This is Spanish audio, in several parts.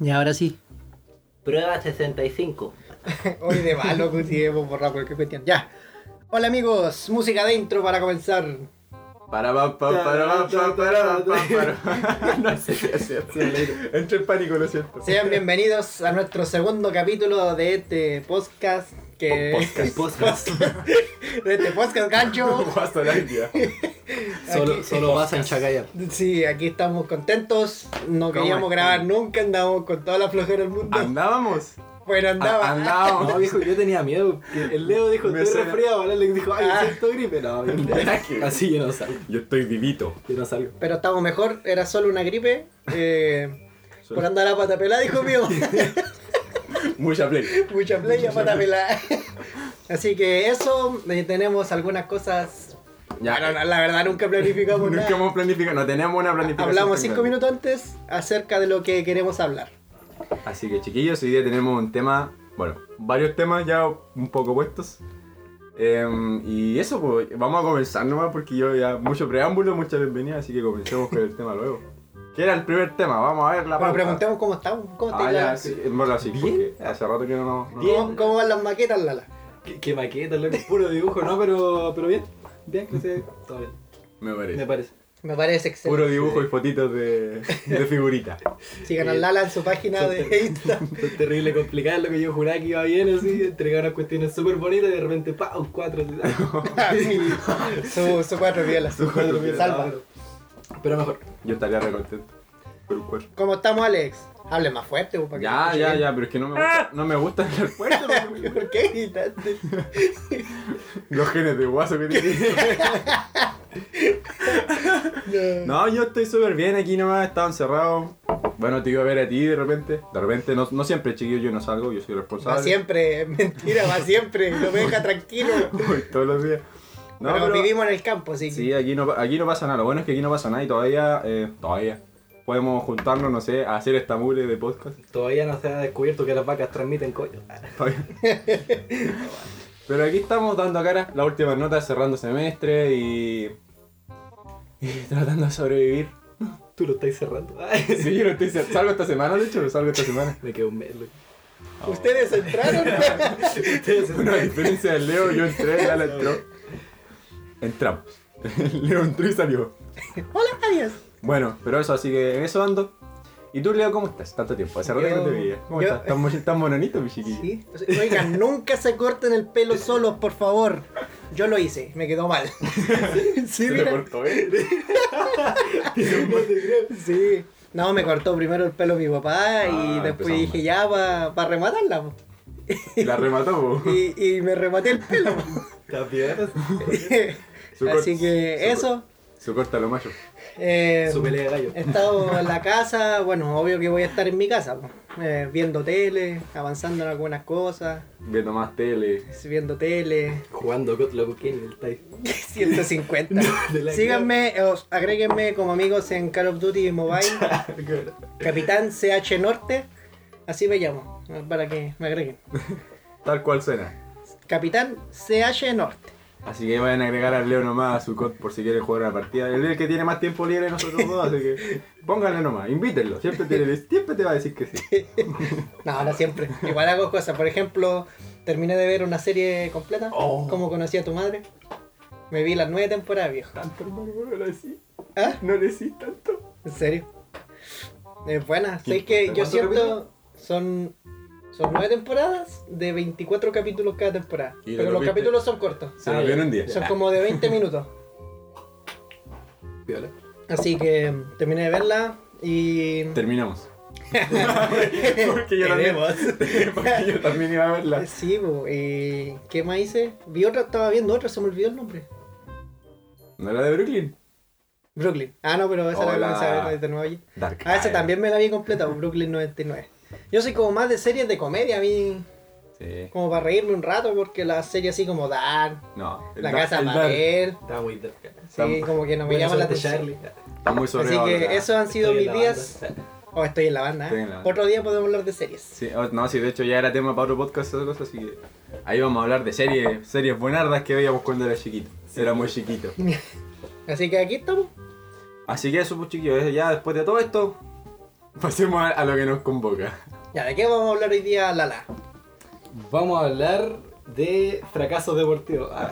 Y ahora sí. Prueba 65. Hoy de malo, si hemos borrado cualquier cuestión. Ya. Hola amigos, música adentro para comenzar. Para, pa, pa, para, pa, pa, para, pa, para. No sé qué hacer. Entré en pánico, lo siento. Sean bienvenidos a nuestro segundo capítulo de este podcast que... Podcast. Podcast. de este podcast gancho. Guastolandia. Solo, Aquí- solo pasa en Chacaya. Sí, aquí estamos contentos. No ¿Cómo queríamos están? grabar nunca, andamos con toda la flojera del mundo. Andábamos. bueno, andaba. a- Andábamos. No, viejo, yo tenía miedo. que El Leo dijo, Me estoy suena- resfriado. El Alex dijo, ay, Ah. siento gripe. No, yo- ¿Verdad que- así yo no salgo. Yo estoy vivito. Yo no salgo. Pero estamos mejor, era solo una gripe. eh, Solo- por andar a pata pelada, hijo mío. Mucha play. Mucha playa, pata pelada. Así que eso, eh, tenemos algunas cosas. Ya. Bueno, la- la verdad, nunca planificamos Nunca nada. hemos planificado. No teníamos una planificación. Hablamos tan cinco grande. minutos antes acerca de lo que queremos hablar. Así que chiquillos, hoy día tenemos un tema, bueno, varios temas ya un poco puestos. Em, y eso, pues, vamos a comenzar nomás porque yo ya mucho preámbulo, mucha bienvenida, así que comencemos con el tema luego. ¿Qué era el primer tema? Vamos a ver la Bueno, pauta. preguntemos cómo estamos. ¿Cómo, Ah, estáis, ya, Lala? sí, bueno, sí, porque hace rato que no nos... no- ¿Cómo, cómo van las maquetas, Lala? Qué, qué maqueta, loco. Puro dibujo, ¿no? Pero, pero bien. Bien, que se... Todo bien. Me Me parece. parece. Me parece excelente. Puro dibujo y fotitos de, de figurita. Sigan eh, a Lala en su página de Instagram. Fue terrible complicado lo que yo juraba que iba bien, así, entregaba unas cuestiones súper bonitas y de repente, pa, un 4. su, su cuatro violas. Su cuatro violas. Salva. Ah, Pero mejor. Yo estaría re contento. Por un cuerpo. ¿Cómo estamos, Alex? Hable más fuerte. po, para que Ya, te ya, escuche ya, pero es que no me gusta, no me gusta el fuerte. bien. porque- ¿Por qué gritaste? Los genes de guaso que tiene. No. No, yo estoy súper bien aquí nomás, estaba encerrado. Bueno, te iba a ver a ti de repente. De repente, no, no siempre, chiquillos, yo no salgo, yo soy responsable. va siempre, es mentira, va siempre. No me deja tranquilo. Voy todos los días. No, pero, pero- vivimos en el campo, así que. Sí, aquí no, pa- aquí no pasa nada. Lo bueno es que aquí no pasa nada y todavía, eh, todavía, podemos juntarnos, no sé, a hacer esta mule de podcast. Todavía no se ha descubierto que las vacas transmiten coño. Ah, Todavía. pero aquí estamos dando cara, las últimas notas, cerrando semestre y... Y tratando de sobrevivir. Tú lo estás cerrando. Sí, yo no estoy... Salgo esta semana, de hecho, salgo esta semana. Me quedo un mes, loco. ah. Ustedes entraron. Bueno, a diferencia del Leo, yo entré, Lala entró. Entramos. Leo entró y salió. Hola, adiós. Bueno, pero eso, así que en eso ando. ¿Y tú, Leo, cómo estás? Tanto tiempo, hace rato que no te Yo- veía. ¿Cómo yo- estás? ¿Estás muy- estás mononito, mi chiquillo? Sí. Oigan, nunca se corten el pelo solos, por favor. Yo lo hice, me quedó mal. Sí, Se te mira. cortó, ¿eh? Sí. No, me cortó primero el pelo mi papá y Ah, después empezamos dije mal. ya para rematarla. po. Y La remató, po. Y, y me rematé el pelo. po. ¿Estás bien? Su cor- Así que su cor- eso. Su corta lo macho. eh, Su pelea de gallo. he estado en la casa, bueno, obvio que voy a estar en mi casa, po. Eh, viendo tele, avanzando en algunas cosas, Viendo más tele. viendo tele, Jugando con loco ¿quién el type? 150. de la Síganme, eh, os- agréguenme como amigos en Call of Duty Mobile, Capitán CH Norte, así me llamo, eh, para que me agreguen. Tal cual suena. Capitán CH Norte. Así que vayan a agregar al Leo nomás a su cot por si quieren jugar una partida. Él es el que tiene más tiempo libre de nosotros dos, así que pónganle nomás, invítenlo. Siempre, tiene- siempre te va a decir que sí. No, no siempre. Igual hago cosas. Por ejemplo, terminé de ver una serie completa, Oh. como conocí a tu madre. Me vi las nueve temporadas, viejo. Tanto, hermano, no lo decís. ¿Ah? No le decís tanto. ¿En serio? Es buena. ¿Qué Sé que importa? yo ¿Cuántos siento... Son... Son nueve temporadas de 24 capítulos cada temporada. Y lo Pero los viste. capítulos son cortos. Se lo vio en Ah, un día. Son como de 20 minutos. Viola. Así que mm, terminé de verla y... Terminamos. porque, yo también, Queremos. porque yo también iba a verla. Eh, Sí, bo, y ¿qué más hice? Vi otra, estaba viendo otra, se me olvidó el nombre. ¿No era de Brooklyn? Brooklyn. Ah, no, pero esa Hola. la comencé a ver de nuevo allí. Dark. Ah, esa ya. también me la vi completa, bo, Brooklyn 99. Yo soy como más de series de comedia, a mí, Sí. como para reírme un rato, porque las series así como Dark, No. el La Dark- Casa el Dark Papel, Estaba muy dark. sí, como que no me Buena llama la suerte, atención. Está muy Así sobrevalorado. que esos han sido Estoy mis en la días. banda. Oh, estoy en la banda. Estoy en ¿eh? la banda. Otro día podemos hablar de series. Sí, oh, no, sí, de hecho ya era tema para otro podcast esa cosa, así que ahí vamos a hablar de series, series buenardas que veíamos cuando era chiquito. Era muy chiquito. Así que aquí estamos. Así que eso, pues chiquillos, ya después de todo esto, Pasemos a, a lo que nos convoca. Ya, ¿de qué vamos a hablar hoy día, Lala? Vamos a hablar de fracasos deportivos. Ah,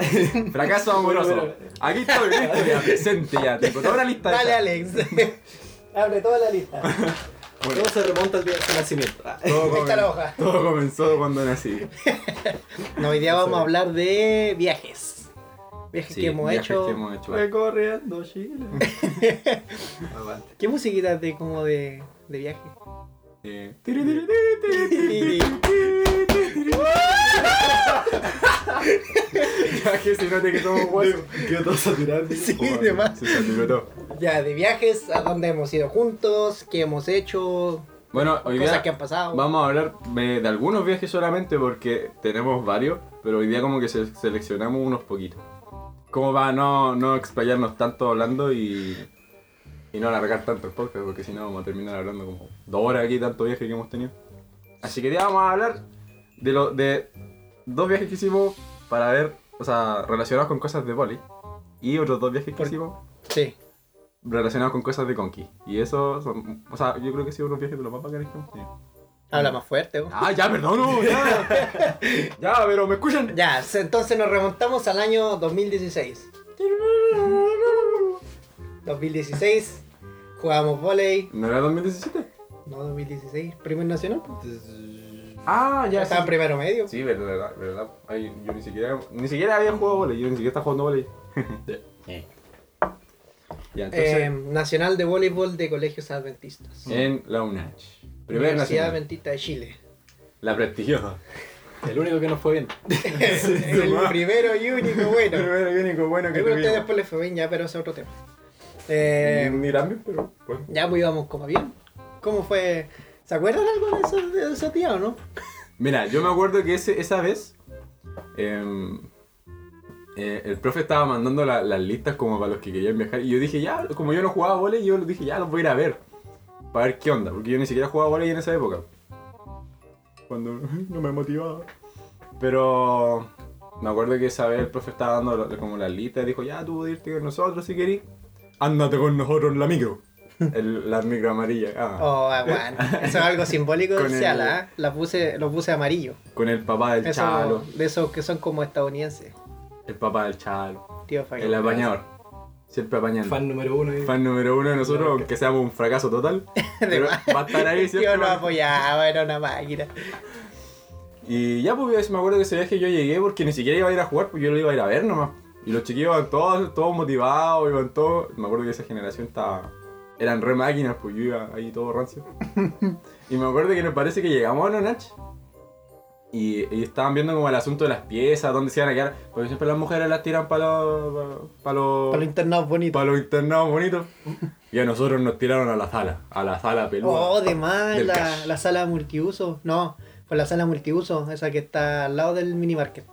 Fracaso amoroso. Aquí está el listo ya, presente ya. Tengo toda una lista. Dale, hecha. Alex. Abre toda la lista. Bueno, Todo se remonta al día de su nacimiento. Ah, todo, Ahí está la comen- hoja. todo comenzó cuando nací. No, hoy día vamos a hablar de viajes. Viajes Sí, que hemos viajes hecho. que hemos hecho. Recorriendo Chile. Aguante. ¿Qué musiquita de como de, de viaje? Eh, Viajes se nota que somos huesos. Quedó todo saturado. Sí, Oh, de más. Se saturó todo. Ya, de viajes, a dónde hemos ido juntos, qué hemos hecho, Bueno, hoy cosas día que han pasado. vamos a hablar de, de algunos viajes solamente porque tenemos varios, pero hoy día como que se- seleccionamos unos poquitos. Como para no, no explayarnos tanto hablando y, y no alargar tanto el podcast, porque si no vamos a terminar hablando como dos horas aquí, tanto viaje que hemos tenido. Así que hoy día vamos a hablar de, lo, de dos viajes que hicimos para ver, o sea, relacionados con cosas de boli y otros dos viajes que Por- hicimos Sí. relacionados con cosas de Conky. Y eso son, o sea, yo creo que ha sido unos viajes de los más bacanes que hemos tenido. Habla más fuerte. ¿no? Ah, ya, perdón, no, ya. ya, pero me escuchan. Ya, se- entonces nos remontamos al año 2016. 2016, jugamos volei. ¿No era 2017? No, 2016, primer nacional. Ah, ya. Estaba en Sí, primero medio. sí verdad, verdad. Ay, yo ni siquiera, ni siquiera había jugado volei, yo ni siquiera estaba jugando volei. ya, entonces, Eh, nacional de voleibol de colegios adventistas. en la UNACH. Primer Universidad nacional. Adventista de Chile. La prestigiosa. El único que nos fue bien. el primero y único bueno. Primero y único bueno Yo creo que después le fue bien ya, pero ese es otro tema. Eh, Ni también, pero bueno. Ya pues íbamos como bien. ¿Cómo fue? ¿Se acuerdan algo de esos, de esos días o no? Mira, yo me acuerdo que ese, esa vez em, eh, el profe estaba mandando la- las listas como para los que querían viajar y yo dije, ya, como yo no jugaba volei, yo dije, ya, los voy a ir a ver. Para ver qué onda, porque yo ni siquiera jugaba volei en esa época. Cuando no me motivaba. Pero me acuerdo que esa vez el profe estaba dando lo- como las listas y dijo, ya, tú puedes irte con nosotros si querís. Ándate con nosotros en la micro. El- la micro amarilla. ah, Oh, aguanta. Eso es algo simbólico Con del el- Ciala, ¿eh? La puse, los puse amarillo. Con el papá del Eso, chalo. de esos que son como estadounidenses. El papá del chalo. Tío Fabián. El apañador. Siempre apañando. Fan, Fan número uno. eh. número uno de nosotros, aunque seamos un fracaso total. pero va a estar ahí Tío siempre. no apoyaba, era una máquina. Y ya pues me acuerdo que ese viaje yo llegué porque ni siquiera iba a ir a jugar, pues yo lo iba a ir a ver nomás. Y los chiquillos iban todos, todos motivados, iban todos. Me acuerdo que esa generación estaba. Eran re máquinas, pues yo iba ahí todo rancio. y me acuerdo que nos parece que llegamos a Nonach. Y, y estaban viendo como el asunto de las piezas, dónde se iban a quedar. Porque siempre las mujeres las tiran para los. para los. Para los internados bonitos. Para los internados bonitos. Y a nosotros nos tiraron a la sala, a la sala peluda. Oh, de más, Del la, cash. la sala multiuso. No, fue la sala multiuso, esa que está al lado del minimarket.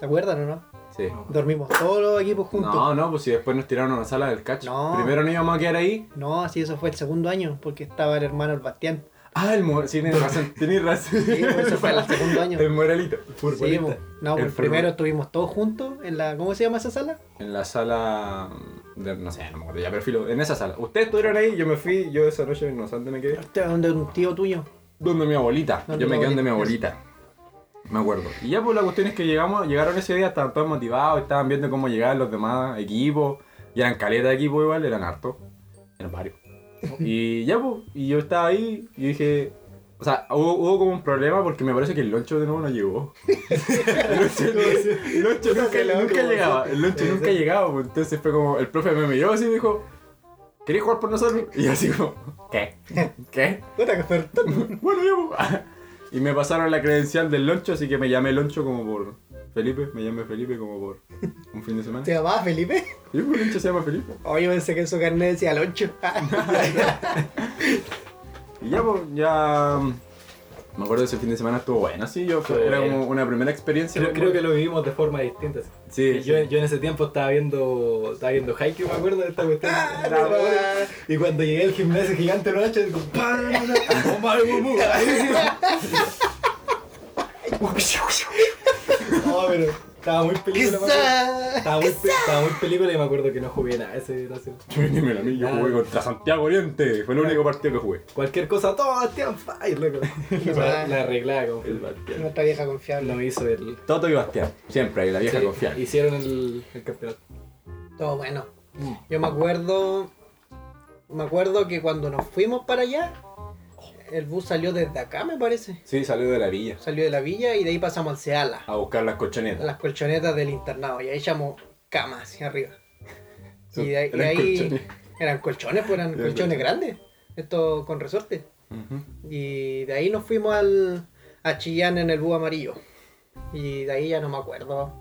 ¿Te acuerdan o no? Sí. Dormimos todos los equipos juntos. No, no, pues si después nos tiraron a la sala del cacho. No. Primero no íbamos a quedar ahí. No, así eso fue el segundo año, porque estaba el hermano el Bastián. Ah, el Morelito. Sí, tenés razón, tenés razón. Sí, pues, eso fue el segundo año. El Morelito. Sí, po. no, El pues primero estuvimos todos juntos en la. ¿Cómo se llama esa sala? En la sala. de- no sé, no me acuerdo ya, perfilo. En esa sala. Ustedes estuvieron ahí, yo me fui, yo esa noche no sé dónde me quedé. Donde un tío tuyo. Donde mi abuelita. Donde Yo me tu quedé donde mi abuelita. abuelita. Me acuerdo. Y ya pues la cuestión es que llegamos, llegaron ese día, estaban todos motivados, estaban viendo cómo llegaban los demás equipos. Y eran caleta de equipo igual, eran hartos. Eran varios. Y ya pues, y yo estaba ahí y dije. O sea, hubo, hubo como un problema porque me parece que el loncho de nuevo no llegó. el loncho, el loncho nunca, Sácalo, nunca como llegaba. El loncho Sí, nunca sí. llegaba. pues, Entonces fue como, el profe me miró así y dijo, ¿querés jugar por nosotros? Y yo así como, ¿qué? ¿Qué? Puta, que fue- bueno, ya, po. Y me pasaron la credencial del Loncho, así que me llamé Loncho como por Felipe, me llamé Felipe como por un fin de semana. ¿Te llamabas Felipe? ¿Y por Loncho se llama Felipe? Oh, yo pensé que en su carnet decía Aloncho. Y ya, po, ya. mm, Me acuerdo que ese fin de semana estuvo bueno, sí, yo Estuvo era bueno. como una primera experiencia. Creo, creo que lo vivimos de forma distinta. así. Sí, Yo, yo en ese tiempo estaba viendo estaba viendo Haikyuu, me acuerdo de esta cuestión. Estaba no, bueno. ah. y cuando llegué al gimnasio gigante de noche, digo, ¡pam! ¡Oh, madre, bubu! Ahí sí. No, pero Estaba muy película. me acuerdo. Quizá. Estaba muy, pe- estaba muy película y me acuerdo que no jugué nada ese nacional. Yo ni me la vi, yo jugué contra Santiago Oriente. Fue el único partido que jugué. Cualquier cosa, todo Bastián Fire, loco. la, la arreglaba como El Bastián. Nuestra vieja confiable. lo hizo el. Toto y Bastián. Siempre ahí, la vieja sí, confiable. Hicieron el, el campeonato. Todo bueno. Yo me acuerdo. Me acuerdo que cuando nos fuimos para allá, el bus salió desde acá, me parece. Sí, salió de la villa Salió de la villa y de ahí pasamos al Seala, a buscar las a colchonetas. las colchonetas del internado. Y ahí echamos camas hacia arriba. Y de ahí, y Eran ahí- colchones. eran colchones, pues eran Eran colchones colchones. grandes. Esto con resorte. Ujú. Y de ahí nos fuimos al, a Chillán en el búho amarillo. Y de ahí ya no me acuerdo.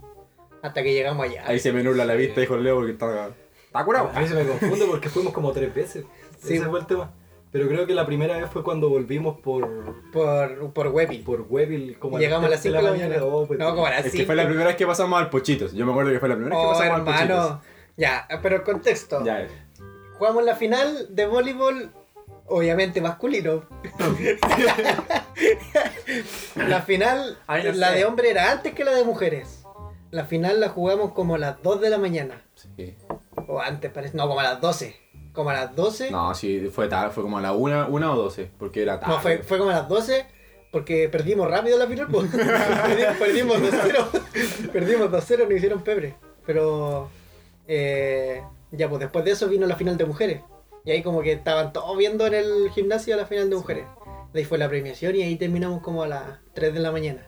Hasta que llegamos allá. Ahí se me nubla la vista, dijo el Leo, porque está. Está curado. A mí se me confunde porque fuimos como tres veces. Sí. Ese fue el tema. Pero creo que la primera vez fue cuando volvimos por, Por, por Webby. por Webby como Llegamos a las 5 tres de la mañana. Oh, pues, no, como a las Es 5. que fue la primera vez que pasamos al Pochitos. Yo me acuerdo que fue la primera vez que Oh, pasamos al hermano. Ya, pero el contexto. Pochitos. Ya, Jugamos la final de voleibol, obviamente masculino. la final, Ay, no la sé. de hombre era antes que la de mujeres. La final la jugamos como a las 2 de la mañana. sí. O antes, parece. No, como a las 12. Como a las 12. No, No, sí, fue tarde, fue como a la una, una o doce, porque era tarde. fue, fue como a las 12. Porque perdimos rápido la final. pues. Perdi- perdimos 2-0. perdimos 2-0, nos hicieron pebre. Pero. eh, ya, pues después de eso vino la final de mujeres. Y ahí como que estaban todos viendo en el gimnasio la final de mujeres. De ahí fue la premiación y ahí terminamos como a las 3 de la mañana.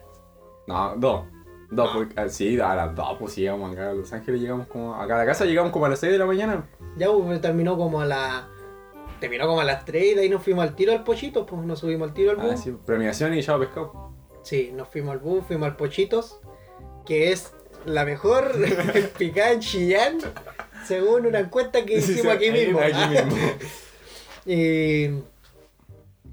No, dos. Dos, porque, ah, sí, a las dos, pues sí, llegamos acá a Los Ángeles, llegamos como. Acá a la casa llegamos como a las seis de la mañana. Ya pues, terminó como a la. Terminó como a las 3 y de ahí nos fuimos al tiro al pochito, pues nos subimos al tiro al bus. Ah, sí, premiación y ya pescado. Sí, nos fuimos al bus, fuimos al Pochitos, que es la mejor picada en Chillán, según una encuesta que Sí, hicimos sí, aquí ahí- mismo. Aquí mismo. y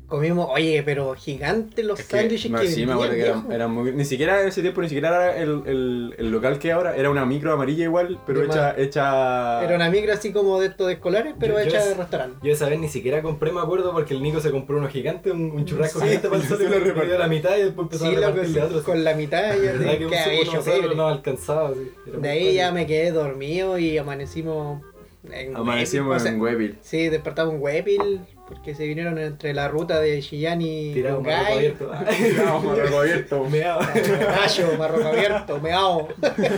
comimos, oye, pero gigantes los Es que, sándwiches no, que sí, vendían, me acuerdo que eran, viejo. eran muy. Ni siquiera en ese tiempo, ni siquiera era el, el, el local que ahora. Era una micro amarilla igual, pero De hecha, hecha. Era una migra así como de estos de escolares, pero Yo- yo hecha de es- restaurante. Yo esa vez ni siquiera compré, me acuerdo, porque el Nico se compró uno gigante, un, un churrasco gigante para el sol, se y lo me repartió. dio la mitad y después empezó Sí, a loco, repartirle a otros. con la mitad ya La verdad que un queda segundo hecho, nosotros pebre. no alcanzaba, sí. Era muy De ahí bueno. ya me quedé dormido y amanecimos en Amanecimos o sea, en Webby. Sí, despertamos en Huepil porque se vinieron entre la ruta de Chillán y Tirado un barco Yungay. abierto. Estábamos a lo abierto. Meado. Gallo, marroco abierto, meao.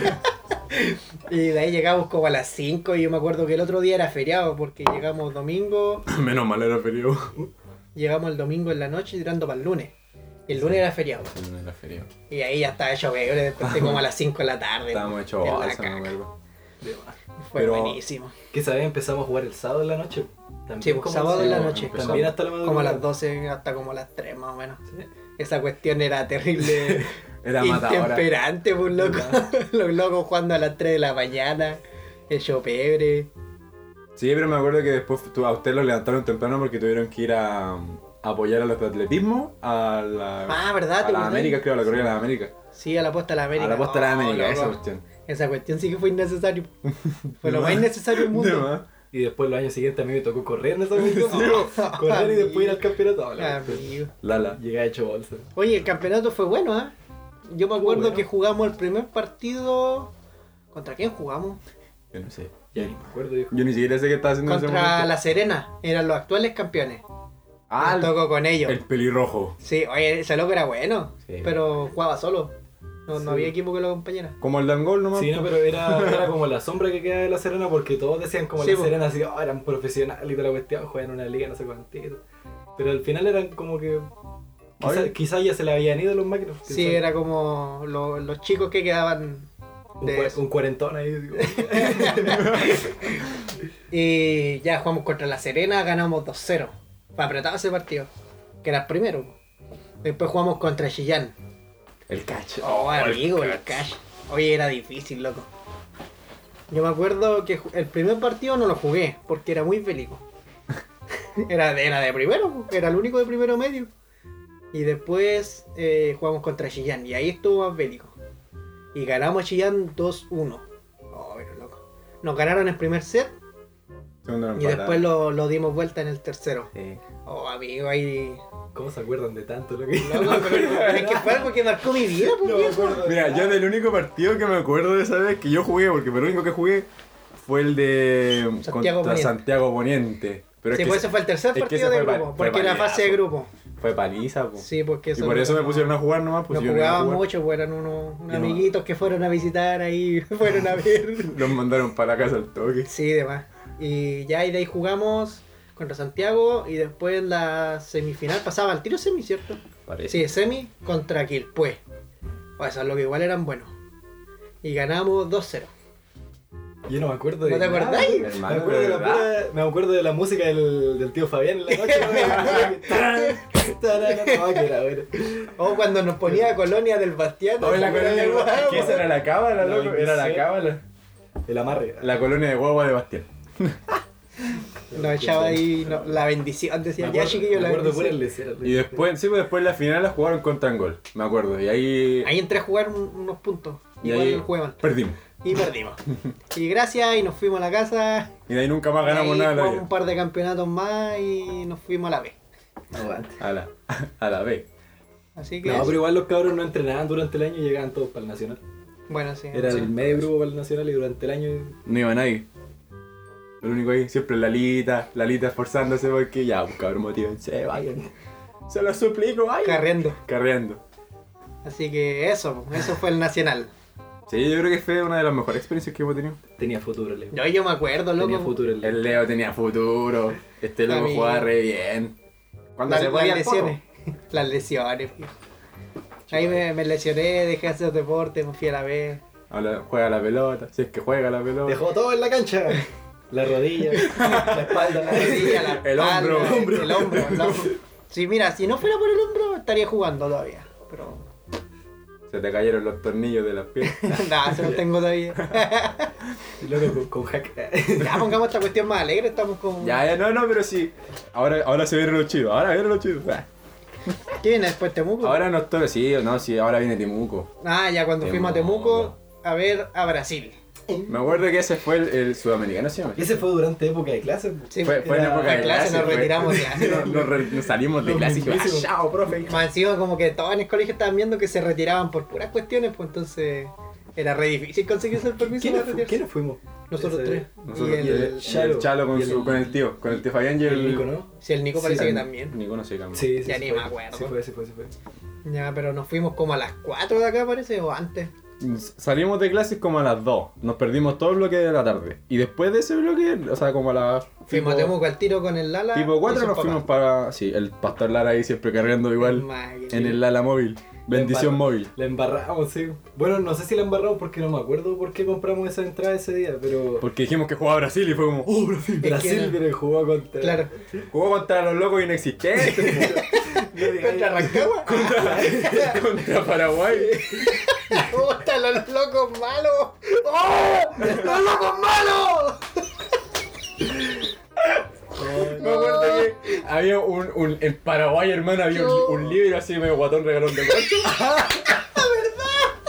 y de ahí llegamos como a las 5 y yo me acuerdo que el otro día era feriado porque llegamos domingo, Menos mal era feriado. llegamos el domingo en la noche tirando para el lunes. Y el lunes era feriado. No era feriado. Y ahí ya estaba hecho pebre, desperté como a las 5 de la tarde. Estábamos hechos En la bolsa, caca. me acuerdo. Fue pero- buenísimo. Que esa vez empezamos a jugar el sábado en la noche. También Sí, pues, como- sábado en la sí, noche. También hasta la madrugada. Como a las 12 hasta como a las 3 más o menos. Sí. Esa cuestión era terrible. Era matadora. Intemperante, pues loco. Los locos jugando a las 3 de la mañana. Hecho pebre. Sí, pero me acuerdo que después tú- a usted lo levantaron temprano porque tuvieron que ir a, um, a apoyar a los de atletismo, a la, Ah, a ¿verdad? las ¿Te acordás? Américas, creo, a la Correa de las Américas. Sí, a la posta de la América. A la posta de las Oh, Américas, esa loco. cuestión. Esa cuestión sí que fue innecesario. Fue lo más De más. innecesario del De mundo. más. Y después los años siguientes a mí me tocó correr en esa cuestión. correr y después ir al campeonato. No, la- Amigo. Lala. Llegué hecho bolsa. Oye, el campeonato fue bueno, ¿ah? Yo me Estuvo acuerdo bueno. que jugamos el primer partido. ¿Contra quién jugamos? Yo no sé. Ya ni me acuerdo, dijo. Yo ni siquiera sé qué estaba haciendo en ese Contra momento. La Serena. Eran los actuales campeones. Ah, Nos tocó con ellos. el pelirrojo. Sí, oye, ese loco era bueno, Sí. pero jugaba solo. No, Sí. no había equipo que lo acompañara. Como el Dangol nomás. Sí, no, pero era, era como la sombra que queda de la Serena porque todos decían como Sí, la po. Serena así, oh, eran profesionales y toda la cuestión, juegan en una liga, no sé cuántito. Pero al final eran como que. Quizás Oye. ya se le habían ido los macros. Sí, quizá. era como lo- los chicos que quedaban. Un, de cua- eso. un cuarentón ahí. digo. Y ya jugamos contra La Serena, ganamos 2-0. Fue apretado ese partido, que era el primero. Después jugamos contra Chillán. El catch. Oh, amigo, el cash. Oye, era difícil, loco. Yo me acuerdo que ju- el primer partido no lo jugué, porque era muy bélico. era, de, era de primero, po, era el único de primero medio. Y después eh, jugamos contra Chillán, y ahí estuvo más bélico. Y ganamos a Chillán 2-1. Oh, pero loco. Nos ganaron el primer set, Segundo y empate. después lo, lo dimos vuelta en el tercero. Sí. Oh, amigo, ahí. ¿Cómo se acuerdan de tanto lo que Loco, pero es que fue algo que marcó mi vida, pues, No me viejo. acuerdo. Mira, yo del único partido que me acuerdo de esa vez que yo jugué, porque el único que jugué fue el de Santiago contra Poniente. Santiago Poniente. Pero Sí, es que pues ese fue el tercer es que partido ese de fue grupo, pa- fue porque era fase de paliazo. grupo. fue paliza, po. Sí, pues porque y por eso me pusieron a jugar nomás, pues No yo no iba a jugaban jugar. mucho, pues, eran unos, unos Yo no- amiguitos que fueron a visitar ahí, fueron a ver. Los mandaron para la casa al toque. Sí, demás. Y ya y de ahí jugamos contra Santiago y después en la semifinal pasaba al tiro semi, ¿cierto? Parece. Sí, semi contra Quilpue. O sea, lo que igual eran buenos. Y ganamos 2-0. Yo no me acuerdo de ¿No te nada, acordáis? weón. Me Hermano, acuerdo de la ¿verdad? pura- me acuerdo de la música del, del tío Fabián en la noche. weón. Tarán, tarán, no, que era bueno. O cuando nos ponía Colonia del Bastián. Oh, la colonia de Guau, Guagua. Que esa era la cábala, La loco. Era la 26. cábala. El amarre. La colonia de Guagua de Bastián. Nos echaba ahí no, la bendición. Decía, ya chiquillo, me la acuerdo pura el bendición. lesero. Y después, sí, pues después la final la jugaron con Tangol, me acuerdo. Y ahí, Ahí entré a jugar un- unos puntos. y igual ahí juegan. perdimos. Y perdimos. Y gracias, y nos fuimos a la casa. Y de ahí nunca más y ganamos ahí nada. en la jugamos vida. un par de campeonatos más y nos fuimos a la B. Aguante. A la, a la B. Así que, No, pero igual los cabros no entrenaban durante el año y llegaban todos para el Nacional. bueno, sí. Era Eh, sí. el medio grupo para el Nacional y durante el año. No iba nadie. Lo único ahí, siempre Lalita, Lalita esforzándose porque ya, pues, cabrón, motívense, vayan. Se lo suplico, vayan. Carreando. Carreando. Así que eso, eso fue el Nacional. Sí, yo creo que fue una de las mejores experiencias que hemos tenido. Tenía futuro, Leo. Yo, yo me acuerdo, loco. Tenía futuro el Leo. El Leo tenía futuro. Este loco Amigo. jugaba re bien. Cuando Las, se las podía el poto. lesiones. Las lesiones. fijo. Ahí eh. me, me lesioné, dejé de hacer deporte, me fui a la B. Ahora juega la pelota, si es que juega la pelota. Dejó todo en la cancha. La rodilla, la espalda, la La rodilla, la El hombro, espalda, el hombro. El hombro, el hombro. Sí, mira, si no fuera por el hombro estaría jugando todavía. Pero Se te cayeron los tornillos de las piernas. nada, se lo tengo todavía. Loco con, con hack. Ya pongamos esta cuestión más alegre, estamos con. Ya, ya, no, no, pero sí. Ahora, ahora se viene lo chido, ahora viene lo chido. Ah. ¿Qué viene después Temuco? Ahora no estoy, sí, no, sí, ahora viene Timuco. Ah, ya cuando fuimos a Temuco a ver a Brasil. Me acuerdo que ese fue el, el sudamericano, ¿sí? Y ese fue durante época de clases. po. Sí, fue, fue en era- época de en clase nos fue- retiramos ya. nos, nos re- nos salimos de Los clase y dijimos, mismísimos. "Ah, chao, profe. Más encima como que todos en el colegio estaban viendo que se retiraban por puras cuestiones, pues entonces era re difícil conseguirse el permiso ¿Quiénes, para fu- retirarse. ¿Quiénes fuimos? Nosotros Ese- tres. Nosotros, y y el, el, y el Chalo con, su, con el tío, con el tío Fabián y ¿Y el, el Nico, no? si el Nico parece que también. Nico no sé, cambio. Sí, sí. Ya sí ni fue. me acuerdo. Sí fue, sí fue, sí fue. Ya, pero nos fuimos como a las 4 de acá parece, o antes. Salimos de clases como a las 2. Nos perdimos todo el bloque de la tarde. Y después de ese bloque, o sea, como a las. Fuimos a Temuco al tiro con el Lala. Tipo 4 nos fuimos para. Sí, el pastor Lara ahí siempre cargando igual. En el ala móvil. Bendición La embarra- móvil. La embarramos, sí. Bueno, no sé si la embarramos porque no me acuerdo por qué compramos esa entrada ese día, pero. Porque dijimos que jugaba Brasil y fue como. ¡Oh, Brasil! que Brasil, no. pero jugó contra. Claro. Jugó contra los locos inexistentes. Yo digo, Contra Rancagua. po, contra Paraguay. ¡Puta, los locos malos! ¡Oh! ¡Los locos malos! Me acuerdo que había un. un en Paraguay, hermano, había un, un libro así medio guatón regalón de corcho.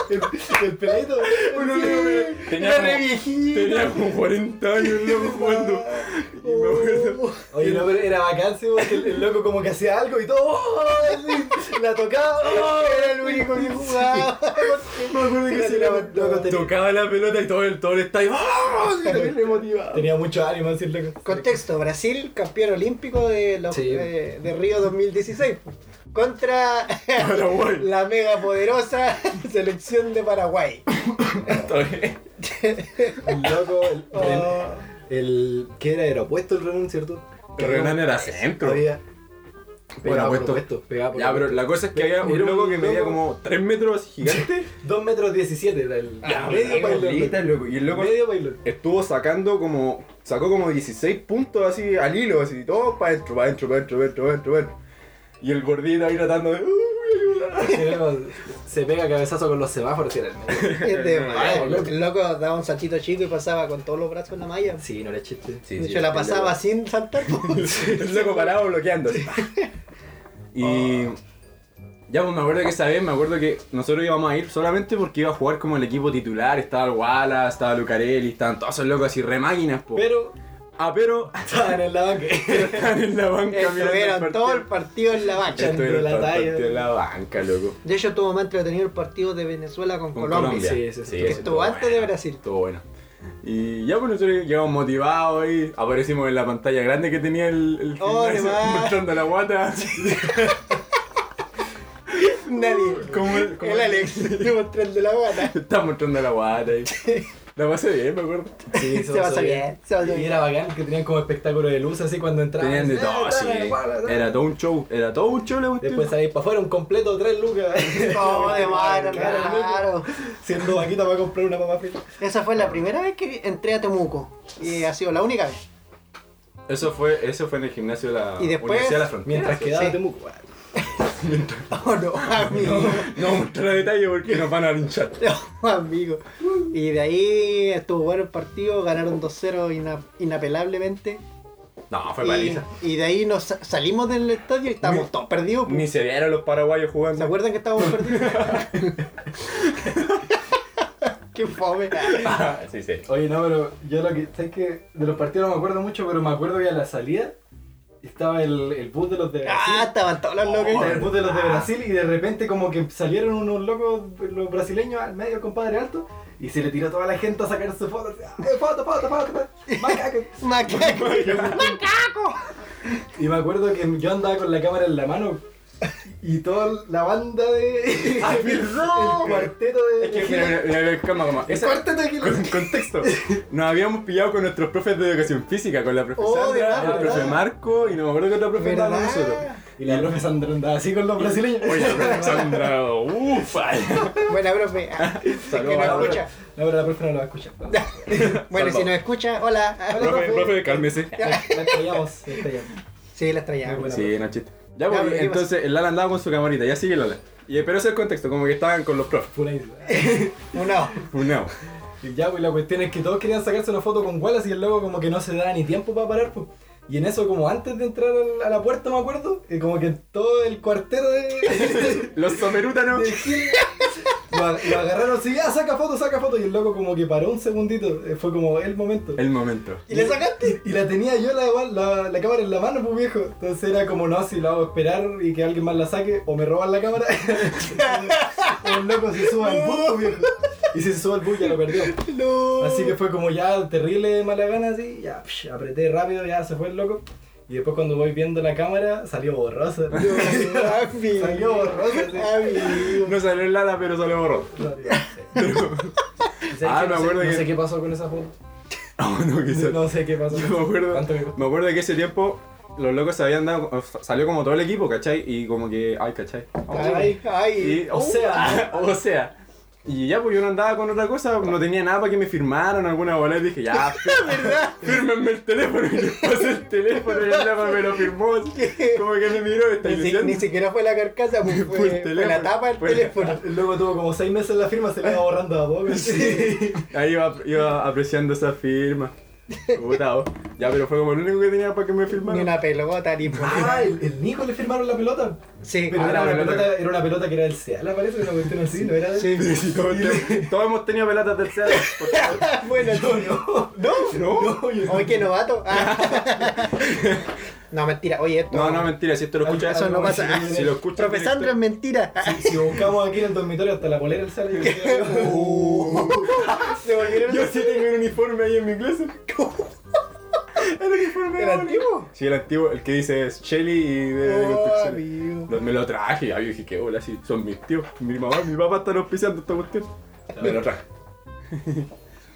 El, el peladito. Uno medio- tenía era como- re viejito. Tenía como 40 años loco jugando. Y me acuerdo. Oye, no, pero era vacancia porque el, el loco como que hacía algo y todo. ¡oh! así, la tocaba. ¡oh! Era el único que jugaba. Me acuerdo que Era se loco, levantaba, loco, tenía- tocaba la pelota y todo el, todo el estadio. ¡ah! ¡Vamos! Y también le motivaba. Tenía mucho ánimo así el loco. Contexto, Brasil, campeón olímpico de, los- Sí. de, de Río 2016. Contra Paraguay. la mega poderosa selección de Paraguay. El loco. El, el, Oh. el- ¿Qué era? Era opuesto el Renan, ¿cierto? Renan era centro. Había- Pegaba por opuesto. opuesto. Pegaba por Ya, pero opuesto. la cosa es que había un Era un loco que medía loco. como 3 metros así gigante. 2 metros 17 era el. Ya, medio medio bailón. loco. Y el loco Medio bailón. estuvo sacando como. Sacó como 16 puntos así al hilo, así, todo para adentro, para adentro, para adentro, para adentro, para adentro, pa' adentro. Y el gordito ahí tratando de. "Uy, ayuda". Se pega cabezazo con los semáforos y era el medio. Es de madre. loco. eh. El loco daba un saltito chico y pasaba con todos los brazos en la malla. Sí, no era chiste. Sí, de sí, hecho, la el pasaba sin saltar. El loco parado bloqueando. así. Y. Oh. Ya, pues me acuerdo que esa vez, me acuerdo que nosotros íbamos a ir solamente porque iba a jugar como el equipo titular. Estaba el Wallace, estaba Lucarelli, estaban todos esos locos así re máquinas, po. Pero Ah, pero Estaban en la banca. están en la banca mirando el Estuvieron partido. todo el partido en la banca. Esto- Estuvieron la todo el talla. partido en la banca, loco. De hecho, estuvo más entretenido el partido de Venezuela con, Con Colombia. Colombia. Sí, sí, sí. Que eso estuvo antes de bueno. Brasil. Estuvo bueno. Y ya pues nosotros llegamos motivados ahí, aparecimos en la pantalla grande que tenía el, el Oh, gimnasio, demás. mostrando la guata. Nadie. Como el, como El Alex, le mostré el de la guata. Está mostrando la guata ahí. La pasé bien, me acuerdo. Sí, Se pasa bien, se pasa Y bien. era bacán que tenían como espectáculo de luz así cuando entraban. Tenían de así, todo, "Eh, sí. dale, dale, dale". Era todo un show, era todo un show la cuestión. Después salís para afuera un completo, tres lucas. No, Oh, de madre, Claro, claro. Siendo vaquita para comprar una mamá frita. Esa fue la primera vez que entré a Temuco. Y ha sido la única vez. Eso fue, eso fue en el gimnasio de la Y después- Universidad de la Frontera. Mientras quedaba Sí. Temuco. guau. Oh, no, amigo. No vamos a mostrar detalle porque nos van a linchar. No, amigo. Y de ahí estuvo bueno el partido, ganaron 2-0 ina- inapelablemente. No, fue Y, paliza. y de ahí nos sa- salimos del estadio y estábamos Ni- todos perdidos. pu. Ni se vieron los paraguayos jugando. ¿Se acuerdan que estábamos perdidos? Qué fome. Ah, sí, sí. Oye, no, pero yo lo que. ¿Sabes que De los partidos no me acuerdo mucho, pero me acuerdo que a la salida estaba el, el bus de los de Brasil. Ah, estaban todos los locos. Estaba el bus de Ah. los de Brasil y de repente como que salieron unos locos, los brasileños al medio, el compadre alto, y se le tiró toda la gente a sacar su foto. así, "Ah, Foto, foto, foto, foto. macaco". Macaco. Macaco. Y me acuerdo que yo andaba con la cámara en la mano. Y toda la banda de. ¡Ah, perdón! El cuarteto de. Es que, mira, mira, mira, mira, calma, calma. el Esa- cuarteto de Gil- con contexto. Nos habíamos pillado con nuestros profes de educación física, con la profe Oh, Sandra, ¿verdad? el profe ¿verdad? Marco y no me acuerdo que otra profe andaba con ¿Verdad? nosotros. Y la profe Sandra andaba así con los brasileños. Oye, profe Sandra, ufa. Buena, profe. Ah, es que Saludos a la nos escucha. No, pero la profe no lo va a escuchar. ¿no? Bueno, si Salvado. nos escucha, hola. profe, profe, cálmese. La estrellamos, la estrellamos. Sí, la estrellamos. Sí, no chiste. Ya, Ya, pues, pero ¿qué entonces el Lala andaba con su camarita, ya sigue Lala. Y, pero ese es el contexto, como que estaban con los profes. Fue una isla. Una. Funao. Y ya, pues la cuestión es que todos querían sacarse una foto con Wallace y el loco como que no se daba ni tiempo para parar, pues. Y en eso, como antes de entrar al- a la puerta, me acuerdo, y como que todo el cuartero de... Los soperútanos. de Gil lo, a- lo agarraron así, ah, saca foto, saca foto, y el loco como que paró un segundito, eh, fue como el momento. El momento. ¿Y le sacaste? Y la tenía yo la, la, la cámara en la mano, pues viejo. Entonces era como, no, si la hago esperar y que alguien más la saque, o me roban la cámara. o el loco se suba al bus, pues, viejo. Y si se sube al bus ya lo perdió. No. Así que fue como ya terrible de mala gana, así, ya psh, apreté rápido, ya se fue el loco. Y después cuando voy viendo la cámara, salió borrosa. Amigo. salió borrosa. así. Amigo. No salió el Lala, pero salió borroso. No, ya sé. ¿Y sabes Ah, qué? me no, sé, acuerdo no que- sé qué pasó con esa foto. Ah, no, quizás. No sé qué pasó. Yo me ¿Cuánto me acuerdo, costó? me acuerdo que ese tiempo los locos se habían dado, salió como todo el equipo, ¿cachai? Y como que, ay, ¿cachai? Ay, ay. Y, oh, o sea, o sea. Y ya, pues yo no andaba con otra cosa, no tenía nada para que me firmaran alguna bola y dije, ya, ¿Verdad? fírmenme el teléfono. Y le pasé el teléfono y el lama me lo firmó. así, Como que me miró, está Ni, si- diciendo. ni siquiera fue la carcasa, pues, Fue fue, el fue teléfono. la tapa del Fue la- teléfono. El loco tuvo como seis meses en la firma, se le iba borrando a poco. Sí. Ahí iba, iba apreciando esa firma. Puta, oh. Ya, pero fue como el único que tenía para que me Ni firmaran. una pelota, ni polera. Ah, el, el Nico le firmaron la pelota. Sí, Pero Ah, era, la una pelota. pelota. era una pelota que era del Seal, parece, una cuestión así, no era de. sí. Pero si todos, todos hemos tenido pelotas terceras. por favor. bueno, Yo no. ¿No? No. Oye, qué novato. Ah. no, mentira. Oye, esto. No, no, mentira, si esto lo escuchas. Eso no pasa. Si lo escuchas. Profe Sandra, es mentira. Si buscamos aquí en el dormitorio hasta la polera del Seal. yo creo que- "Uh, Se volvieron Yo sí tengo un uniforme ahí en mi closet. El uniforme ¿El era antiguo? bonito. Sí, el antiguo, el que dice es Shelly y de, de Oh, construcciones. amigo. Lo- Me lo traje, ya yo dije que hola, sí, son mis tíos. Mi mamá, mi papá están auspiciando esta cuestión. Me lo traje.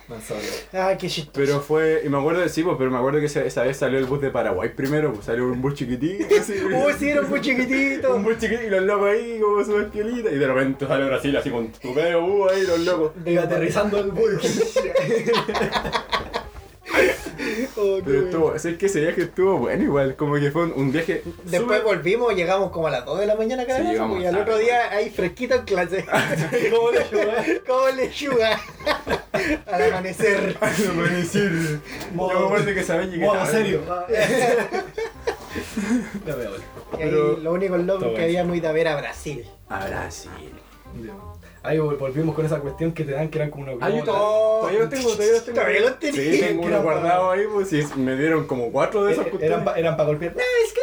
Manzana. Ah, qué chistoso. Pero fue, y me acuerdo, sí, pues, pero me acuerdo que esa, esa vez salió el bus de Paraguay primero, pues, salió un bus chiquitito. así, Uy, sí, era muy un chiquitito. bus chiquitito y los locos ahí como su esquelita. Y de repente sale Brasil así con tu pedo, uh, ahí los locos. Y aterrizando el bull. Oh, qué Pero bueno. estuvo, es que ese viaje estuvo bueno igual, como que fue un, un viaje Después volvimos, llegamos como a las 2 de la mañana cada Sí, vez llegamos y al tarde. Ah, otro día ahí fresquito en clase. ¿Cómo le ayudás? ¿Cómo le ayuda? al amanecer. súper amanecer. Yo me acuerdo que sabes llegué Modo tarde. serio. Ah. No me voy. Y ahí Pero- lo único loco Está que bueno. habíamos ido a ver a Brasil. A Brasil. Ya. Ahí vol- volvimos con esa cuestión que te dan que eran como una Ah, yo globola. todavía los tengo, todavía los tengo. Todavía los tenés. Sí, tengo Era uno guardado ahí, pues sí, me dieron como cuatro de esas Eh, Eran para golpear. ¡Ah, es que!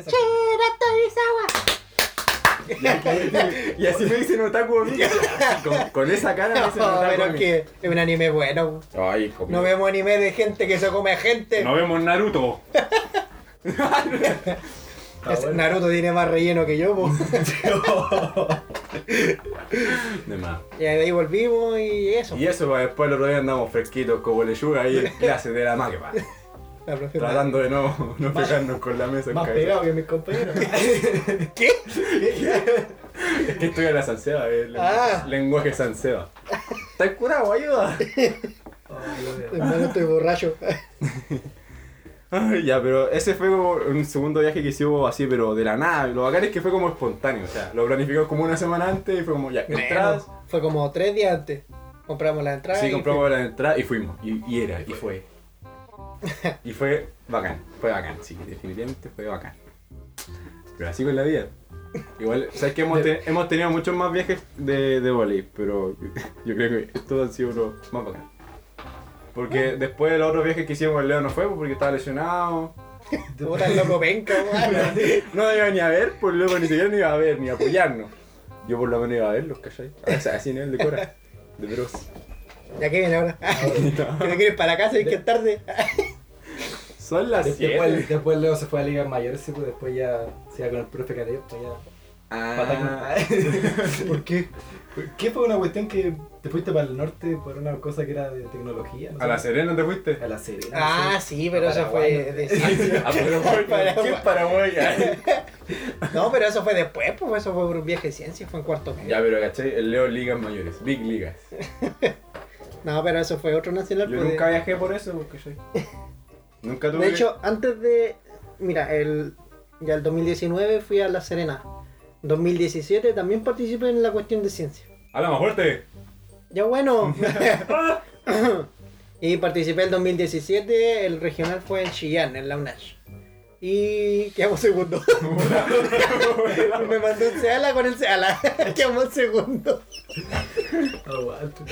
Esa- Y así me dicen otaku a mí. Con, con esa cara me No, dicen otaku pero a mí. es que es un anime bueno. Ay, hijo No mío. vemos anime de gente que se come gente. No vemos Naruto. Es- Naruto tiene más relleno que yo. po. De más. y de ahí volvimos y eso. Y eso, pues, después el otro día andamos fresquitos como lechuga ahí en clase de la máquina. La profe- Tratando de no, no pegarnos con la mesa. en Más cabeza. pegado que mis compañeros. ¿Qué? Es que estoy en la Sanseba, el Ah. lenguaje Sanseba. ¿Estás curado? Ayuda. Hermano, estoy borracho. Ay, ya, pero ese fue como un segundo viaje que hicimos así, pero de la nada. Lo bacán es que fue como espontáneo, o sea, lo planificamos como una semana antes y fue como ya, entradas. Bueno, fue como tres días antes. Compramos la entrada. Sí, y compramos las entradas y fuimos. Y, y era, y fue. Y fue bacán, fue bacán, sí, definitivamente fue bacán. Pero así con la vida. Igual, sabes que hemos, te- hemos tenido muchos más viajes de, de volei, pero yo creo que estos han sido los más bacán. Porque después de los otros viajes que hicimos, el Leo no fue pues, porque estaba lesionado. fuimos. Puta, el loco penca, weón. No iba ni a ver, por luego ni siquiera ni iba a ver, ni a apoyarnos. Yo por lo menos iba a verlos, ¿cachai? O sea, así en el de Cora, de Bros. Ya que viene ahora. Ah, que te quieres para la casa y que es tarde. Son las Ah, siete. Después, después Leo se fue a Liga Mayor, sí, pues después ya se iba con el profe Careo, pues ya. Ah, Pataco. ¿Por qué? ¿Qué fue una cuestión que te fuiste para el norte por una cosa que era de tecnología? no ¿A sé? la Serena te fuiste? A la Serena. ah, sí. sí, pero eso Paraguay, fue. ¿no? de- A Paraguay. Paraguay. ¿Qué Paraguay? Ya, No, pero eso fue después, pues eso fue por un viaje de ciencia, fue en cuarto medio. pero caché, el Leo Ligas Mayores, Big Ligas. No, pero eso fue otro nacional. Yo pues, de- nunca viajé por eso porque soy. Nunca tuve. De hecho, antes de. Mira, el. Ya el 2019 fui a La Serena. 2017 también participé en la cuestión de ciencia. ¡Habla más fuerte! Ya bueno. y participé el 2017, el regional fue en Chillán, en la UNACH. Y quedamos segundo. Me mandó un Seala con el Seala. quedamos segundo. Aguante.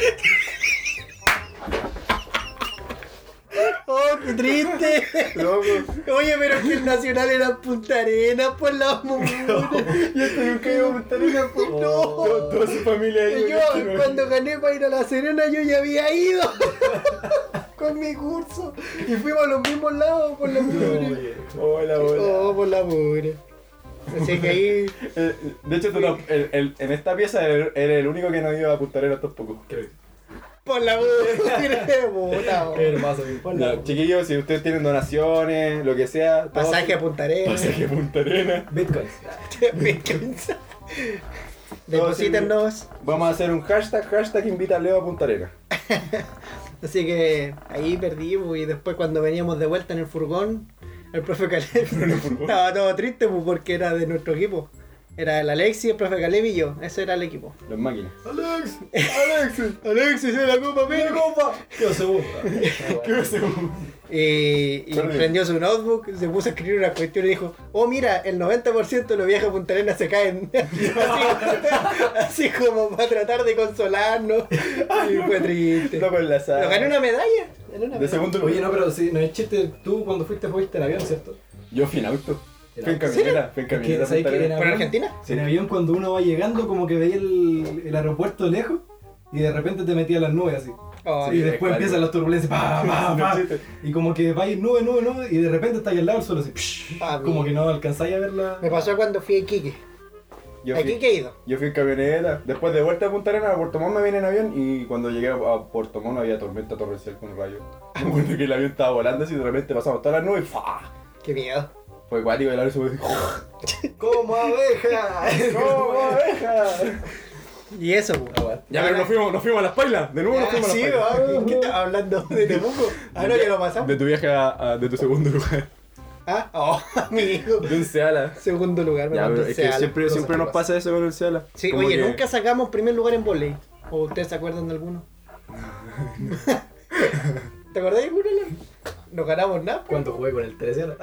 Oh, qué triste. Loco. Oye, pero que el Nacional era Punta Arenas, pues la mamona. Yo estoy un caído Punta Arenas, pues Toda, no. toda su familia ahí. Y Yo cuando gané para ir a La Serena yo ya había ido con mi curso y fuimos a los mismos lados por la pura. Hola, hola. Oh, por la pura. Así que ahí Eh, De hecho, tú no- el- el- en esta pieza eres el único que no iba a apuntar a tampoco. por la pura. puta, Qué oh. hermoso, bien. Hola. No, chiquillos, si ustedes tienen donaciones, lo que sea. todo- Pasaje a Punta Arenas. Pasaje a Punta Arenas. Bitcoins. Bitcoins. Deposítennos. Vamos a hacer un hashtag, hashtag invita a Leo a Punta Arena. Así que ahí perdimos y después cuando veníamos de vuelta en el furgón, el profe Caleb estaba todo triste pues, porque era de nuestro equipo. Era el Alexis, el profe Caleb y yo. Ese era el equipo. Las máquinas. Alex, Alexis, Alexis de la Copa mira América. compa. Yo seguro. Eh, Y, y Sorry. prendió su notebook, se puso a escribir una cuestión y dijo, oh mira, el 90% de los viajes a Punta Arenas se caen. así, así como para tratar de consolarnos. Y fue triste. Loco en la sala. Pero ganó una medalla. ganó una De medalla. segundo Oye, lugar. no, pero sí, no es chiste. Tú cuando fuiste, fuiste en avión, ¿cierto? Yo fui en auto. ¿En Fui en auto? camioneta. Fui en Es que, camioneta. ¿sabes Punta que en Arenas. ¿Por Argentina? En avión cuando uno va llegando como que veía el, el aeropuerto lejos y de repente te metía las nubes así. Oh, y sí, después es empiezan cuático. las turbulencias. pa, pa, No pa. existe. y como que va a ir nube, nube, nube y de repente está ahí al lado el suelo así. psh, Ah, como mira. que no alcanzáis a verla. Me pasó cuando fui a Iquique. Yo ¿A fui, Iquique he ido? yo fui en camioneta. Después de vuelta a Punta Arenas, a Puerto Montt me vine en avión y cuando llegué a Puerto Montt había tormenta torrencial con rayos. Me acuerdo que el avión estaba volando así y de repente pasamos todas las nubes y ¡fua! Qué miedo. Fue ¡oh! cuático y el avión se fue. ¡Como abeja! ¡No, abeja! Y eso, pues. Ya, pero nos fuimos, nos fuimos a las pailas. De nuevo nos Ah, fuimos sí, a las pailas. ¿qué estaba hablando de Temuco? Ahora que lo pasamos. De tu viaje a, a- de tu segundo lugar. Ah, oh, amigo. De un Seala. Segundo lugar, me Ya, mandó pero el es que Seala. siempre, Cosas siempre que nos pasan. pasa eso con el Seala. Sí, Como oye, que- nunca sacamos primer lugar en volei. ¿O ustedes se acuerdan de alguno? ¿Te acordás de alguno? Leo? no ganamos nada. pues. Cuando jugué con el Ah, 13 era-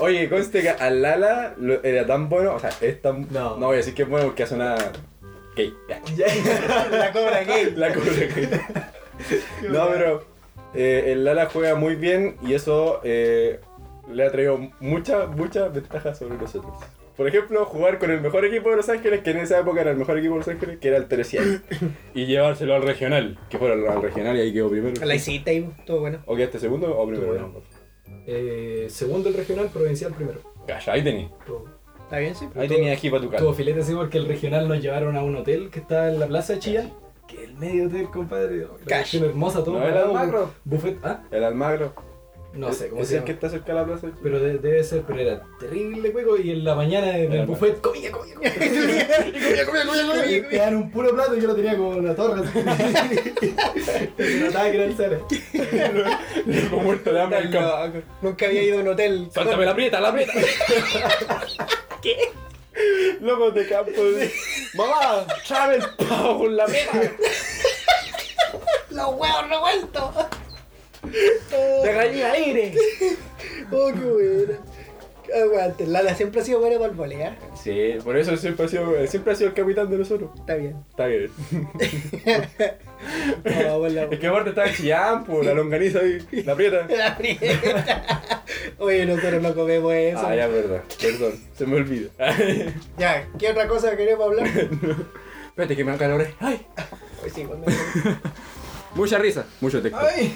Oye, conste que a Lala lo- era tan bueno, o sea, es tan. No. voy a decir que es bueno porque hace una. gay. Ya. pues, La cobra gay. La cosa que- No, pero eh, el Lala juega muy bien y eso eh, le ha traído mucha, mucha ventaja sobre nosotros. Por ejemplo, jugar con el mejor equipo de Los Ángeles, que en esa época era el mejor equipo de Los Ángeles, que era el Teresiano. y llevárselo al regional, que fuera al al regional y ahí quedó primero. La hiciste y todo bueno. ¿O quedaste segundo o primero? Bueno. Eh, segundo el regional, provincial primero. Calla, ahí tenía. Tuvo, ¿Está bien, sí? Ahí tenía aquí para tu tuvo cara. filete así porque el regional nos llevaron a un hotel que está en la plaza de Chillán. Que el medio hotel, compadre. La Cash. región hermosa, todo. No, era parado, Almagro. Buffet. Ah, El Almagro. no sé cómo ¿Es se el llama. que está cerca de la plaza? Pero de- debe ser, pero era terrible hueco y en la mañana en Era el bueno. buffet comía, comía, comía. Comía, comía, comía, Y comía, me comía. dan un puro plato y yo lo tenía como una torre. así. Se notaba que era el Sara. Como muerto de hambre. el campo. Loco, Nunca había ido a un hotel. Sáltame la prieta, la prieta. ¿Qué? Locos de campo. eh. Mamá, trae el pavo con la prieta. ¡Los huevos revueltos! ¡La gallina aire! ¡Oh, qué buena! Aguante, Lala siempre ha sido buena para el ¿eh? volea. Sí, por eso siempre ha sido, eh, siempre ha sido el capitán de nosotros. Está bien. Está bien. No, por la- Es que aparte estaba en Chillán, por la longaniza y la prieta. La prieta. Oye, nosotros no comemos eso. Ah, ya, verdad. Perdón, se me olvida. Ya, ¿qué otra cosa queremos hablar? Espérate que me dan calores. ¡Ay! Pues sí, cuando... Mucha risa. Mucho texto. Ay,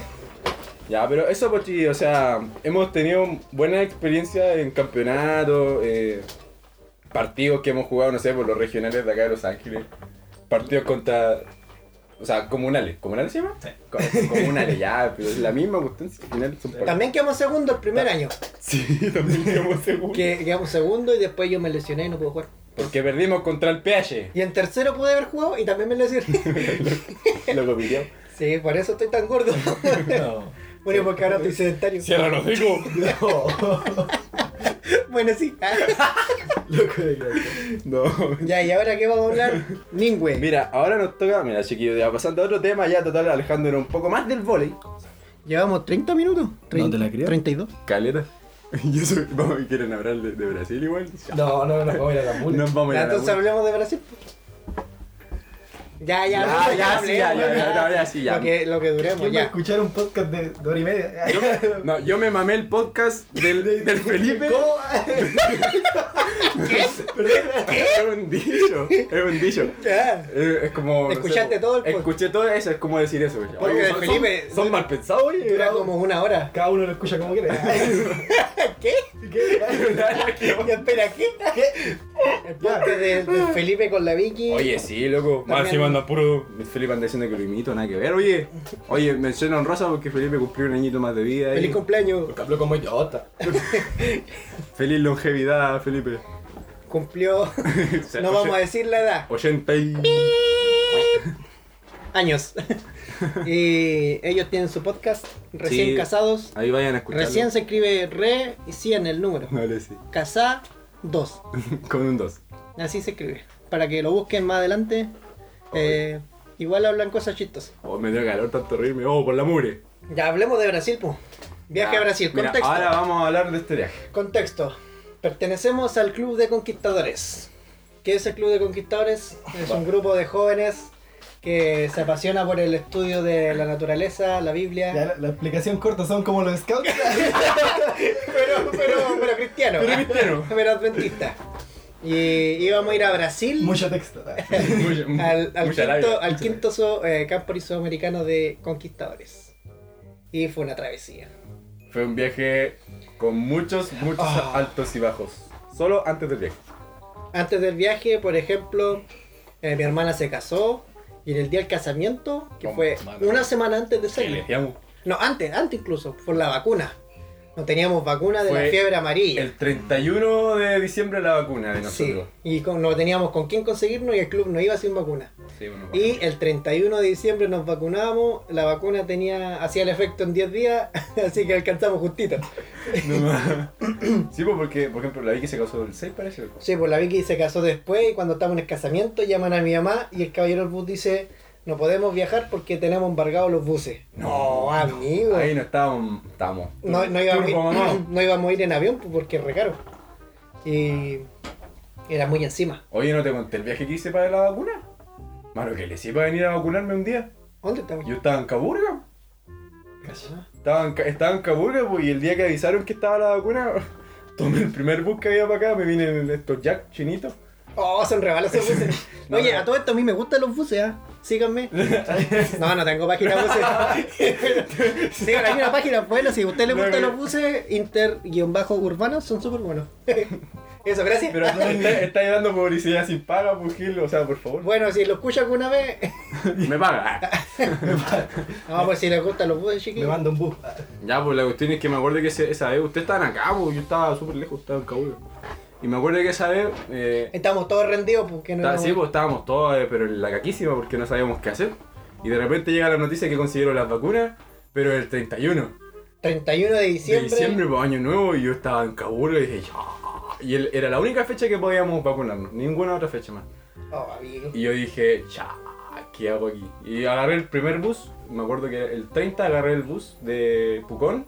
Ya, pero eso pues sí, o sea, hemos tenido buena experiencia en campeonatos, eh, partidos que hemos jugado, no sé, por los regionales de acá de Los Ángeles, partidos contra, o sea, comunales, ¿comunales se llama? Sí. comunales, ya, pero es la misma cuestión, si al final son partidos. También quedamos segundo el primer año. Sí, también quedamos seguros. Que quedamos segundo y después yo me lesioné y no pude jugar. Porque perdimos contra el PH. Y en tercero pude haber jugado y también me lesioné. Lo copió. Sí, por eso estoy tan gordo. no. Bueno, porque ahora estoy sedentario. Cierra los hocico. No. Bueno, sí. Loco de gracia. No. Ya, ¿y ahora qué vamos a hablar? Ningüe. Mira, ahora nos toca, mira chiquillos, ya pasando a otro tema, ya total alejando un poco más del volei. Llevamos 30 minutos. ¿No te la creo? 32. Caleta. Y eso, vamos, ¿quieren hablar de, de Brasil igual? No, no, no, vamos a ir a la mula. Nos vamos Ya, a ir a la entonces U. hablemos de Brasil. Ya, ya, Ya, Ah, ya, hablemos, sí, ya, ya, ya. ya, ya, sí, ya. Lo que, lo que duremos, ¿Quién va ya. a escuchar un podcast de, de hora y media? No, yo me mamé el podcast del, del Felipe. ¿Cómo? Es un dicho, es un dicho. Ya. Eh, Es como. no Escuchaste todo el podcast. Escuché todo eso, es como decir eso. Porque Oye, de son- Felipe- Son, son mal pensados, oye. Dura como una hora. Cada uno lo escucha como quiere. ¿Qué? ¿Qué? Ya, espera, ¿qué? El podcast de, de Felipe con la Vicky. Oye, sí, loco. También- Más encima anda puro. Felipe anda diciendo que lo imito, nada que ver. Oye, oye, menciono honrosa porque Felipe cumplió un añito más de vida. eh. Feliz y- cumpleaños. Hablo como idiota. Feliz longevidad, Felipe. Cumplió, no vamos a decir la edad, 80 y... años. Y ellos tienen su podcast, recién Sí. casados. Ahí vayan a escucharlo. Recién se escribe re y sí en el número. No le sí. Casá 2. Con un 2. Así se escribe. Para que lo busquen más adelante. Eh, igual hablan cosas chistosas. Oh, me dio calor tanto reírme. Oh, por la mugre. Ya hablemos de Brasil, po. Viaje a Brasil. Mira, Contexto. ahora vamos a hablar de este viaje. Contexto. Pertenecemos al Club de Conquistadores. ¿Qué es el Club de Conquistadores? Es un grupo de jóvenes que se apasiona por el estudio de la naturaleza, la Biblia. Ya, la, la explicación corta son como los scouts. Pero, pero, pero cristiano. Pero cristiano. Pero adventista. Y íbamos a ir a Brasil. Mucho texto. Mucha- mu- al, al mucha labia. quinto, al quinto so- eh, campo sudamericano de conquistadores. Y fue una travesía. Fue un viaje con muchos, muchos Ah. altos y bajos. Solo antes del viaje. Antes del viaje, por ejemplo, eh, mi hermana se casó y en el día del casamiento, que Con fue madre. una semana antes de salir. Elegíamos No, antes, antes incluso, por la vacuna. No teníamos vacuna de Fue la fiebre amarilla. El 31 de diciembre la vacuna de Sí, nosotros. y con- no teníamos con quién conseguirnos y el club no iba sin vacuna. Sí, bueno, Y bueno. el 31 de diciembre nos vacunamos, la vacuna tenía hacía el efecto en 10 días, así que alcanzamos justito. No, sí, pues, porque, por ejemplo, la Vicky se casó el 6, parece. Sí, pues la Vicky se casó después y cuando estamos en el casamiento llaman a mi mamá y el caballero del bus dice, no podemos viajar porque tenemos embargados los buses. No, amigo. Ahí no estábamos. Estábamos. No, no, íbamos, a ir- Turbo mamados. no íbamos a ir en avión pues, porque es recaro. Y era muy encima. Oye, ¿no te conté el viaje que hice para la vacuna? Mano, que le hice para venir a vacunarme un día. ¿Dónde estamos? Yo estaba en Caburga. Estaba en, Ca- estaba en Caburga, pues, y el día que avisaron que estaba la vacuna, tomé el primer bus que había para acá, me vine en estos jack chinitos. Oh, son rebalas esos buses. No, Oye, no. a todo esto a mí me gustan los buses, ¿ah? Síganme. No, no tengo página buses. Sigan la misma página. Bueno, si a usted le No, gustan no. los buses, inter-urbanos son súper buenos. Eso, gracias. Pero tú estás está dando publicidad sin paga, pues, Gil, o sea, por favor. Bueno, si lo escucha alguna vez. Me paga. No, pues si les gustan los buses, Me chiquillos. manda un bus. Ya, pues la cuestión es que me acuerdo que ese- esa vez ustedes estaban acá, pues, yo estaba súper lejos, estaba en Caburga. Y me acuerdo que esa vez. eh, Estamos todos rendidos porque no. Está- sí, pues estábamos todos, eh, pero en la caquísima porque no sabíamos qué hacer. Y de repente llega la noticia que consiguieron las vacunas, pero el 31 31 de de diciembre. diciembre, pues, año nuevo, y yo estaba en Caburga y dije, ya. Y él- era la única fecha que podíamos vacunarnos, ninguna otra fecha más. Oh, amigo. Y yo dije, ya, ¿qué hago aquí? Y agarré el primer bus, me acuerdo que el 30 agarré el bus de Pucón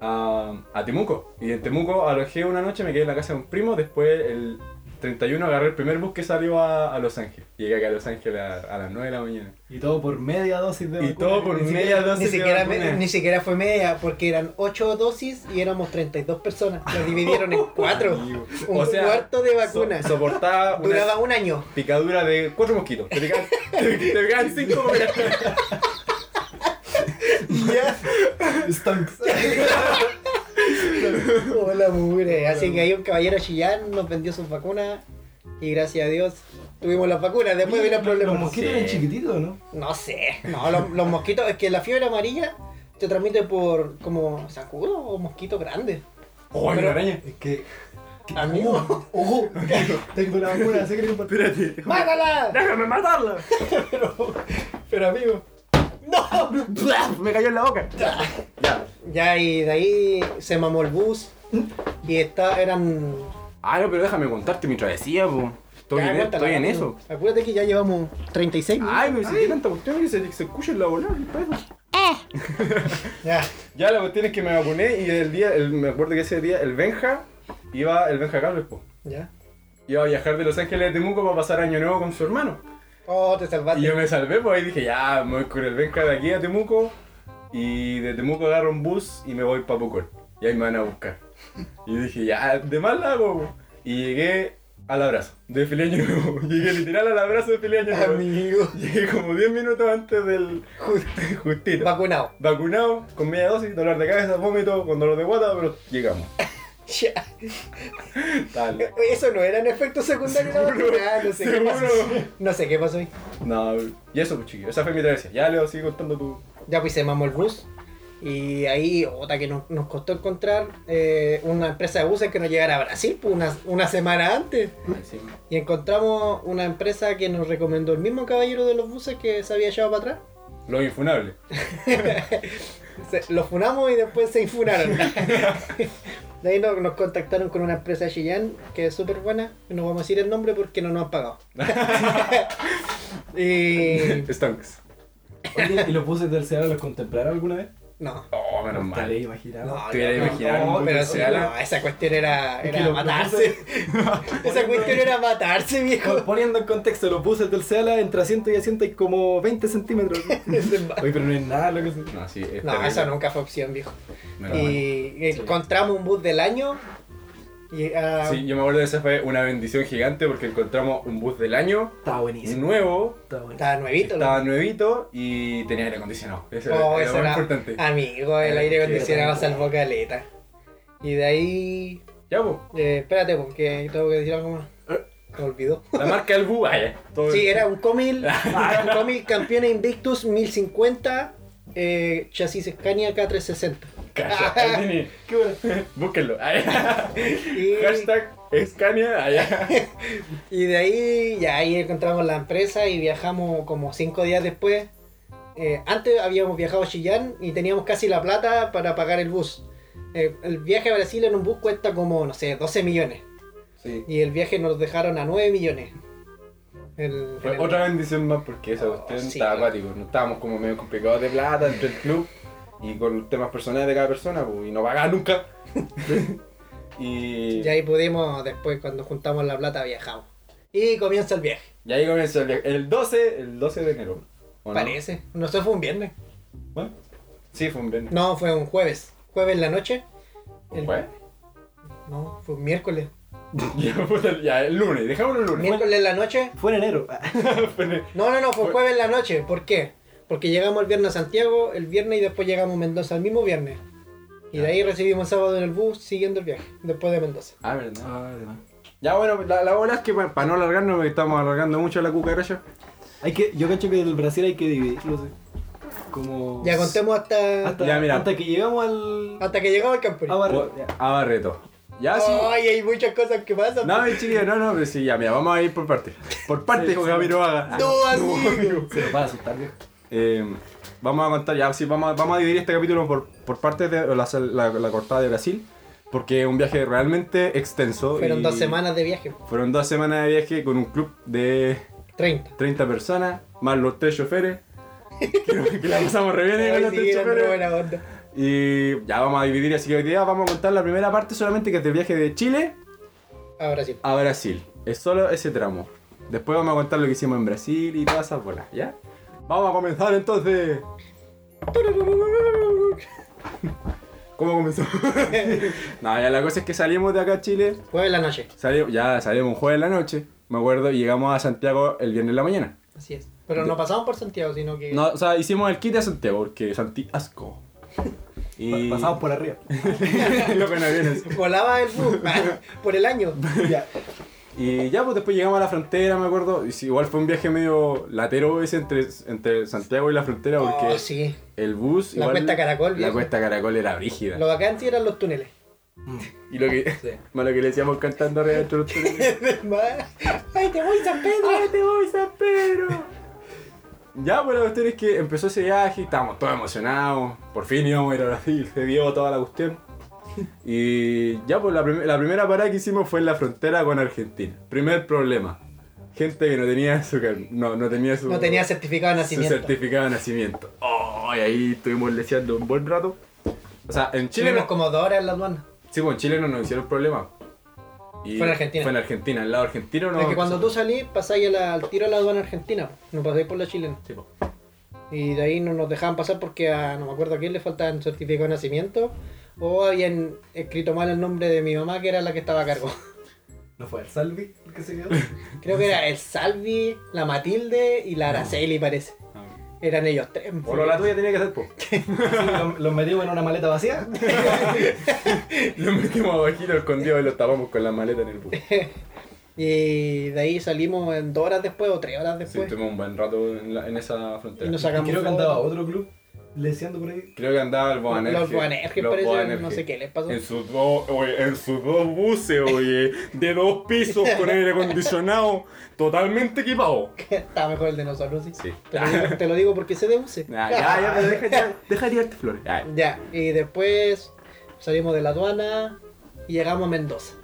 a, a Temuco. Y en Temuco alojé una noche, me quedé en la casa de un primo, después el 31 agarré el primer bus que salió a, a Los Ángeles. Llegué acá a Los Ángeles a, a las 9 de la mañana. Y todo por media dosis de Y todo por media dosis Ni de siquiera, me- vacuna. ni siquiera fue media, porque eran 8 dosis y éramos 32 personas. Lo dividieron en 4. Amigo. Un cuarto de vacuna. so- soportaba una Duraba un año. picadura de cuatro mosquitos. Te picaban, te, te picaban cinco comidas. Stunks. Hola, mugre. Así que ahí un caballero chillán nos vendió sus vacunas. Y gracias a Dios tuvimos las vacunas. Después vino el Los problema. mosquitos Sí. eran chiquititos, ¿no? No sé. No, los, los mosquitos. Es que la fiebre amarilla se transmite por como sacudo o mosquito grande. ¡Oh, hay una araña! Es que. Amigo. ¡Ojo! ojo, Tengo la vacuna, sé que no importa. Espérate. ¡Mátala! ¡Déjame matarla! Pero amigo, Me cayó en la boca. Ya. Ya, y de ahí se mamó el bus. Y está, eran Ah, no, pero déjame contarte mi travesía, po. Estoy, Ya, en, e-, cuéntala, estoy en rápido. eso. Ah. Acuérdate que ya llevamos 36 minutos. Ay, pero si tiene tanta cuestión que se, se escucha en la volada, qué pedo. Ya. Ya, la cuestión es que me vacuné y el día, el- me acuerdo que ese día, el Benja, iba, el Benja Carlos, po. Ya. Iba a viajar de Los Ángeles a Temuco para pasar año nuevo con su hermano. Oh, te salvaste. Y yo me salvé, pues ahí dije, ya, me voy con el Benja de aquí a Temuco. Y de Temuco agarro un bus y me voy para Pucón. Y ahí me van a buscar. Y dije, ya, de más la hago. po. Y llegué al abrazo de Fileño Nuevo. Llegué literal al abrazo de Fileño Nuevo. Amigo. Llegué como 10 minutos antes del justito. Vacunado. Vacunado, con media dosis, dolor de cabeza, vómito, con dolor de guata, pero llegamos. Ya. Tal. Eso no eran efectos secundarios. de la Seguro, vacuna, Ah, no sé seguro. qué pasó. No sé qué pasó ahí. No, y eso, pues, chiquillo. Esa fue mi travesía. Ya, Leo, sigue contando tu... Ya pues se mamó el bus. Y ahí, otra que nos, nos costó encontrar eh, una empresa de buses que nos llegara a Brasil pues, una, una semana antes. Y encontramos una empresa que nos recomendó el mismo caballero de los buses que se había llevado para atrás. Lo infunable. Se- los funamos y después se infunaron. De ahí no- nos, contactaron con una empresa de Chillán que es súper buena. No vamos a decir el nombre porque no nos han pagado. y. Stonks. Oye, ¿y los buses del Ceará los contemplaron alguna vez? No. Oh, menos Te mal. había imaginado. No, Te hubiera no, imaginado no, un pero bus sí, de ala. no, esa cuestión era, Es que era lo- matarse. esa cuestión era matarse, Pon- viejo. Poniendo en contexto, los buses del Ceará entre asiento y asiento hay como 20 centímetros. Oye, pero no es nada lo que se... No, sí, es No, terrible. esa nunca fue opción, viejo. Menos mal. Y encontramos un bus del año. Y, ah, Sí, yo me acuerdo de esa fue una bendición gigante porque encontramos un bus del año, Está buenísimo. nuevo, Está buenísimo. Estaba nuevito. loco. estaba nuevito y tenía aire acondicionado. Eso era, Oh, era eso lo era- más importante. Amigo, el Era aire chido acondicionado también. salvó caleta. Y de ahí. Ya, pues, eh, espérate, porque tengo que decir algo más. Eh. Me olvidó. la marca del bus, vaya. todo- Sí, era un Comil. un Comil Campeones Invictus 1050. Eh, chasis Scania K360. Calla, ahí tiene. Qué bueno. Búsquenlo. Ay, Y, Hashtag Scania. ay. y de ahí, ya ahí encontramos la empresa y viajamos como 5 días después. Eh, antes habíamos viajado a Chillán y teníamos casi la plata para pagar el bus. Eh, el viaje a Brasil en un bus cuesta como, no sé, 12 millones. Sí. Y el viaje nos dejaron a 9 millones. El, Fue el- otra bendición más porque esa Oh, cuestión sí. estaba acuático. Nos estábamos como medio complicados de plata entre el club y con temas personales de cada persona pues, y no pagaba nunca. y, Y ahí pudimos, después cuando juntamos la plata, viajamos. Y comienza el viaje, y ahí comenzó el, viaje. el 12, el 12 de enero. ¿o no? parece. No sé, fue un viernes. Bueno, sí, fue un viernes. No, fue un jueves. Jueves en la noche. ¿Un el- jueves? No, fue un miércoles. Ya, puta, ya, el lunes, dejámoslo el lunes. Miércoles en la noche. Fue en enero. No, no, no, fue Fue- jueves en la noche. ¿Por qué? Porque llegamos el viernes a Santiago, el viernes y después llegamos a Mendoza el mismo viernes. Y de ahí recibimos sábado en el bus siguiendo el viaje, después de Mendoza. Ah, verdad. Ah, de más. Ya bueno, la, la bola es que para, no alargarnos, porque estamos alargando mucho la cucaracha. Hay que, yo cacho que el Brasil hay que dividirlo, sí. Como. Ya contemos Ah. hasta hasta, Hasta, Ya, mira. hasta que llegamos al. que llegamos al campo. A Barrio. Ya. A Barreto. Ah, Ya sí. Ay, hay muchas cosas que pasan. No, mi chiquillo, no, no, pero sí, ya, mira, vamos a ir por partes. Por partes, Sí, dijo sí. Javier Vaga. Ah, No, así. Se nos va a asustar, viejo. Eh, vamos a contar, ya, sí, vamos a, vamos a dividir este capítulo por, por partes de la, la- la cortada de Brasil, porque es un viaje realmente extenso. Fueron y- dos semanas de viaje, Fueron dos semanas de viaje con un club de 30. 30 personas, más los tres choferes. que, que la pasamos re bien eh, con Ay, los sí, tres eran re choferes. buena onda. Y ya vamos a dividir, así que hoy día vamos a contar la primera parte solamente que es del viaje de Chile Ahora sí. a Brasil. Es solo ese tramo. Después vamos a contar lo que hicimos en Brasil y todas esas bolas, ¿ya? Vamos a comenzar entonces. ¿Cómo comenzó? no, ya la cosa es que salimos de acá a Chile. Jueves en la noche. Salimos, ya salimos un jueves en la noche, me acuerdo, y llegamos a Santiago el viernes en la mañana. Así es. Pero no pasamos por Santiago, sino que. No, o sea, hicimos el kit a Santiago, porque Santi asco. Y... Pa- Pasamos por arriba. Loco, en aviones. Volaba el bus ah, por el año. ya. Y ya, pues después llegamos a la frontera, me acuerdo. Y sí, igual fue un viaje medio latero ese entre, entre Santiago y la frontera, porque Oh, sí. el bus. La igual- cuesta Caracol, La viejo. cuesta caracol era brígida. Lo bacán sí eran los túneles. Y lo que. Sí. más lo que le decíamos cantando arriba de los trenes. ¡Ay, te voy, San Pedro! ¡Ay, te voy, San Pedro! Ya, pues la cuestión es que empezó ese viaje, y estábamos todos emocionados. Por fin íbamos a ir a Brasil, se dio toda la cuestión. Y ya, pues la, prim- la primera parada que hicimos fue en la frontera con Argentina. Primer problema: gente que no tenía su. car- No, no tenía su. No tenía certificado de su nacimiento. certificado de nacimiento. Oh, y ahí estuvimos leseando un buen rato. O sea, en Chile. Estuvimos no- como dos horas en la aduana. Sí, bueno, en Chile no nos hicieron problema. Y Fue en Argentina. Fue en Argentina, al lado argentino no. es que cuando tú salís, pasáis a la- al tiro a la aduana argentina. No pasáis por la chilena. Sí, po. Y de ahí no nos dejaban pasar porque a, no me acuerdo a quién le faltaban certificado de nacimiento. O habían escrito mal el nombre de mi mamá, que era la que estaba a cargo. ¿No fue el Salvi el que se quedó? Creo que era el Salvi, la Matilde y la Araceli, parece. Ah. Eran ellos tres. Por lo la tuya tenía que ser, po. Sí, los, los metimos en una maleta vacía. Lo metimos abajito escondido y lo tapamos con la maleta en el bus. Y de ahí salimos en dos horas después o tres horas Sí, después. estuvimos un buen rato en, la- en esa frontera. y nos Y sacamos creo que fotos. andaba a otro club leseando por ahí. Creo que andaba el Boanerges. Los Boanerges Los parece, Boanerges. no sé qué les pasó. En sus dos, oye, en sus dos buses, oye, de dos pisos con aire acondicionado, totalmente equipado. Está mejor el de nosotros, sí. Sí. Te, lo digo, te lo digo porque se deduce. Ah, ya, ya, pero deja, ya, deja de tirarte flores. Ah, Ya, y después salimos de la aduana y llegamos a Mendoza.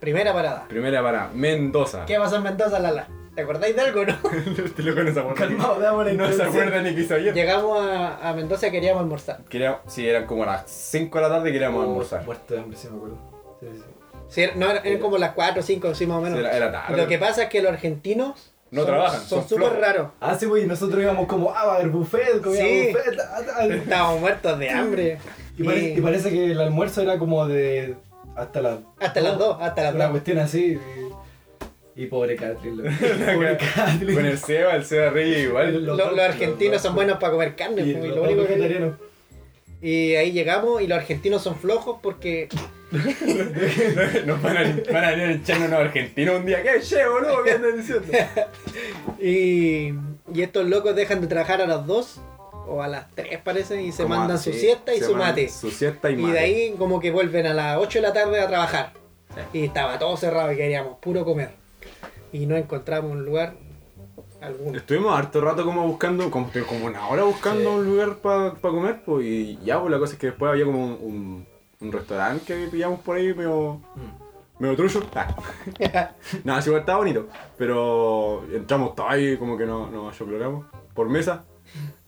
Primera parada. primera para Mendoza. ¿Qué pasó en Mendoza, Lala? ¿Te acordáis de algo, no? Te lo con esa voz. Calmado, veamos la No se introducción. acuerda ni que hizo ayer. Llegamos a, a Mendoza y queríamos almorzar. Quería- sí, eran como las 5 de la tarde y queríamos Oh, almorzar. Muerto de hambre, sí me acuerdo. Sí, sí, sí. Sí, era- no, era- eran como las 4 o 5, sí, más o menos. Eh, Sí, era- era tarde. Lo que pasa es que los argentinos No son- trabajan, son son súper flojos. raros. Ah, sí, güey, nosotros íbamos como, ah, va a haber buffet, comíamos Sí. buffet. ah, tal. Estábamos muertos de hambre. Y, parece- Y y parece que el almuerzo era como de. hasta las. Hasta las dos, hasta las Una dos. cuestión así. Y, y pobre Catlin. loco. Pobre Catlin. Con el Seba, el Seba Reyes igual. Los, los los dos- argentinos los dos- son buenos para comer carne. Y pues, y lo los dos único que- vegetarianos. y ahí llegamos y los argentinos son flojos porque Nos van a, van a venir echando unos argentinos un día. ¿Qué che, boludo? ¿Qué andan diciendo? Y, y estos locos dejan de trabajar a las 2 o a las 3 parece y se Como mandan así, su siesta y se su mandan mate. Su siesta y Y mate. de ahí como que vuelven a las 8 de la tarde a trabajar. Sí. Y estaba todo cerrado y queríamos puro comer. Y no encontramos un lugar alguno. Estuvimos harto rato como buscando, como, como una hora buscando Sí. un lugar para comer, pues, y ya, pues la cosa es que después había como un, un, un restaurante que pillamos por ahí medio, me lo truyo. Ah. Nada, sí, igual estaba bonito. Pero entramos todos ahí, como que no- nos ayoploramos por mesa.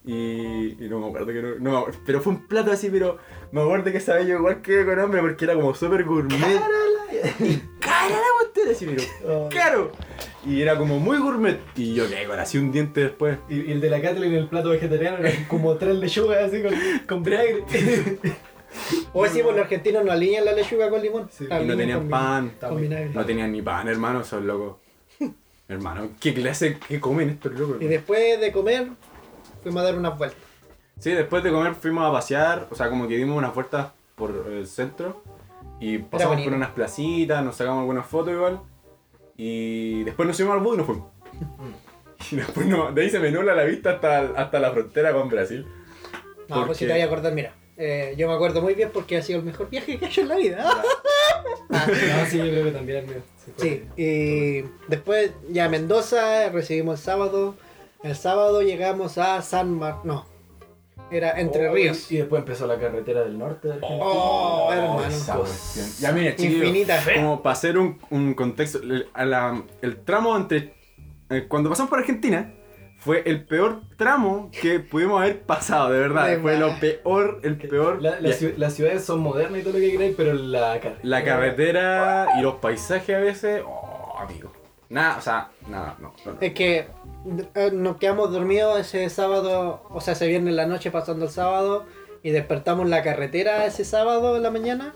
Y, y no me acuerdo que no, no me acuerdo. Pero fue un plato así, pero me acuerdo que sabía yo igual que con hambre porque era como súper gourmet. Y cara la cuestión, así, Oh. pero caro. Y era como muy gourmet. Y yo quedé con así un diente después. Y, y el de la Kathleen, el plato vegetariano, era como tres lechugas así con, con vinagre. O sí, pues los argentinos no alinean la lechuga con limón. Sí, y La Y no alinean tenían con pan. vin- Con vinagre. No tenían ni pan, hermano, son locos. hermano, ¿qué clase que comen estos locos? Y después de comer, fuimos a dar unas vueltas. Sí, después de comer fuimos a pasear, o sea, como que dimos unas vueltas por el centro y pasamos bonito. por unas placitas, nos sacamos algunas fotos igual y después nos subimos al bus y nos fuimos. Mm. Y después no, de ahí se me nula la vista hasta, hasta la frontera con Brasil. No, ¿Por pues si qué? te voy a acordar, mira. eh, yo me acuerdo muy bien porque ha sido el mejor viaje que he hecho en la vida. No, sí, yo creo que también es mío. Sí, y después ya a Mendoza, recibimos el sábado. El sábado llegamos a San Mar... No, era Entre Oh, Ríos. Y, y después empezó la carretera del norte. de Argentina. Oh, hermano. esa cuestión. Ya mira, chiquillos, Infinita. como para hacer un, un contexto, el, a la- el tramo entre... eh, cuando pasamos por Argentina, fue el peor tramo que pudimos haber pasado, de verdad. De fue lo más. peor, el Oh, peor... La- la viaje. ciu- las ciudades son modernas y todo lo que queráis, pero la Eh, carretera. La carretera y los paisajes a veces. Oh, amigo. Nada, o sea, nada, no. no, no. Es que eh, nos quedamos dormidos ese sábado, o sea, ese viernes en la noche pasando el sábado y despertamos en la carretera ese sábado en la mañana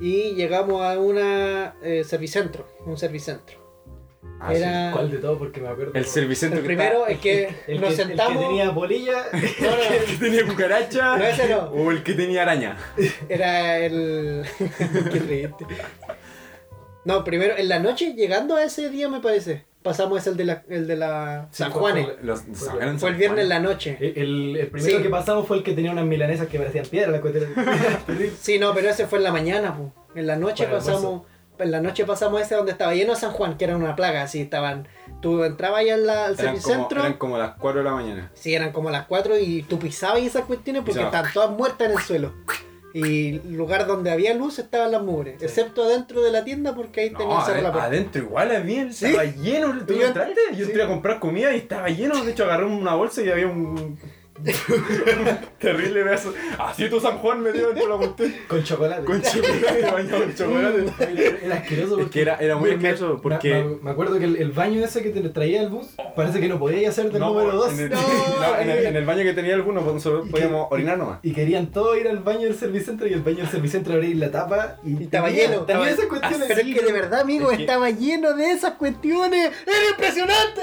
y llegamos a una eh, servicentro, un servicentro. Ah, sí. era ¿Cuál de todo? Porque me acuerdo. El servicentro el que primero es que El que, nos el que sentamos. tenía bolilla. No, está- no, el que tenía cucaracha. No, ese no. O el que tenía araña. era el Qué triste. No, primero en la noche llegando a ese día me parece. Pasamos el de la el de la Sí, San fue- Juanes. Los, eran Fue el viernes en la noche. El, el- el primero Sí. que pasamos fue el que tenía unas milanesas que parecían piedra. La cuestión. Terrible. Sí, no, pero ese fue en la mañana, po. En la noche Para el pasamos. En la noche pasamos ese donde estaba lleno San Juan, que era una plaga, así estaban. Tú entrabas ya la- al eran como, servicentro. eran como las 4 de la mañana. Sí, eran como las 4 y tú pisabas esas cuestiones porque Pisaba. estaban todas muertas en el suelo. Y lugar donde había luz estaban las mugres, Sí. excepto adentro de la tienda porque ahí No, tenían cerrada la ade- puerta. adentro igual había, Sí. estaba lleno. ¿Tú Yo- entraste? Yo entré a comprar comida y estaba lleno. De hecho, agarré una bolsa y había un. terrible beso. Así tu San Juan me dio dentro de la cuestión. Con chocolate. Con chocolate, bañado en chocolate. Era asqueroso. Es que era, era muy Me- me- escaso Me, porque. me- me acuerdo que el, el baño ese que te traía el bus parece que no podía ir a hacer del número 2. en el, No, no, en el- eh. en el baño que tenía alguno, nosotros ¿Y podíamos qué? orinar nomás. Y querían todos ir al baño del servicentro y el baño del servicentro abrir la tapa y, Y estaba lleno, Tenía estaba- esas cuestiones. Pero es que de verdad, amigo, Es que- estaba lleno de esas cuestiones. ¡Era impresionante!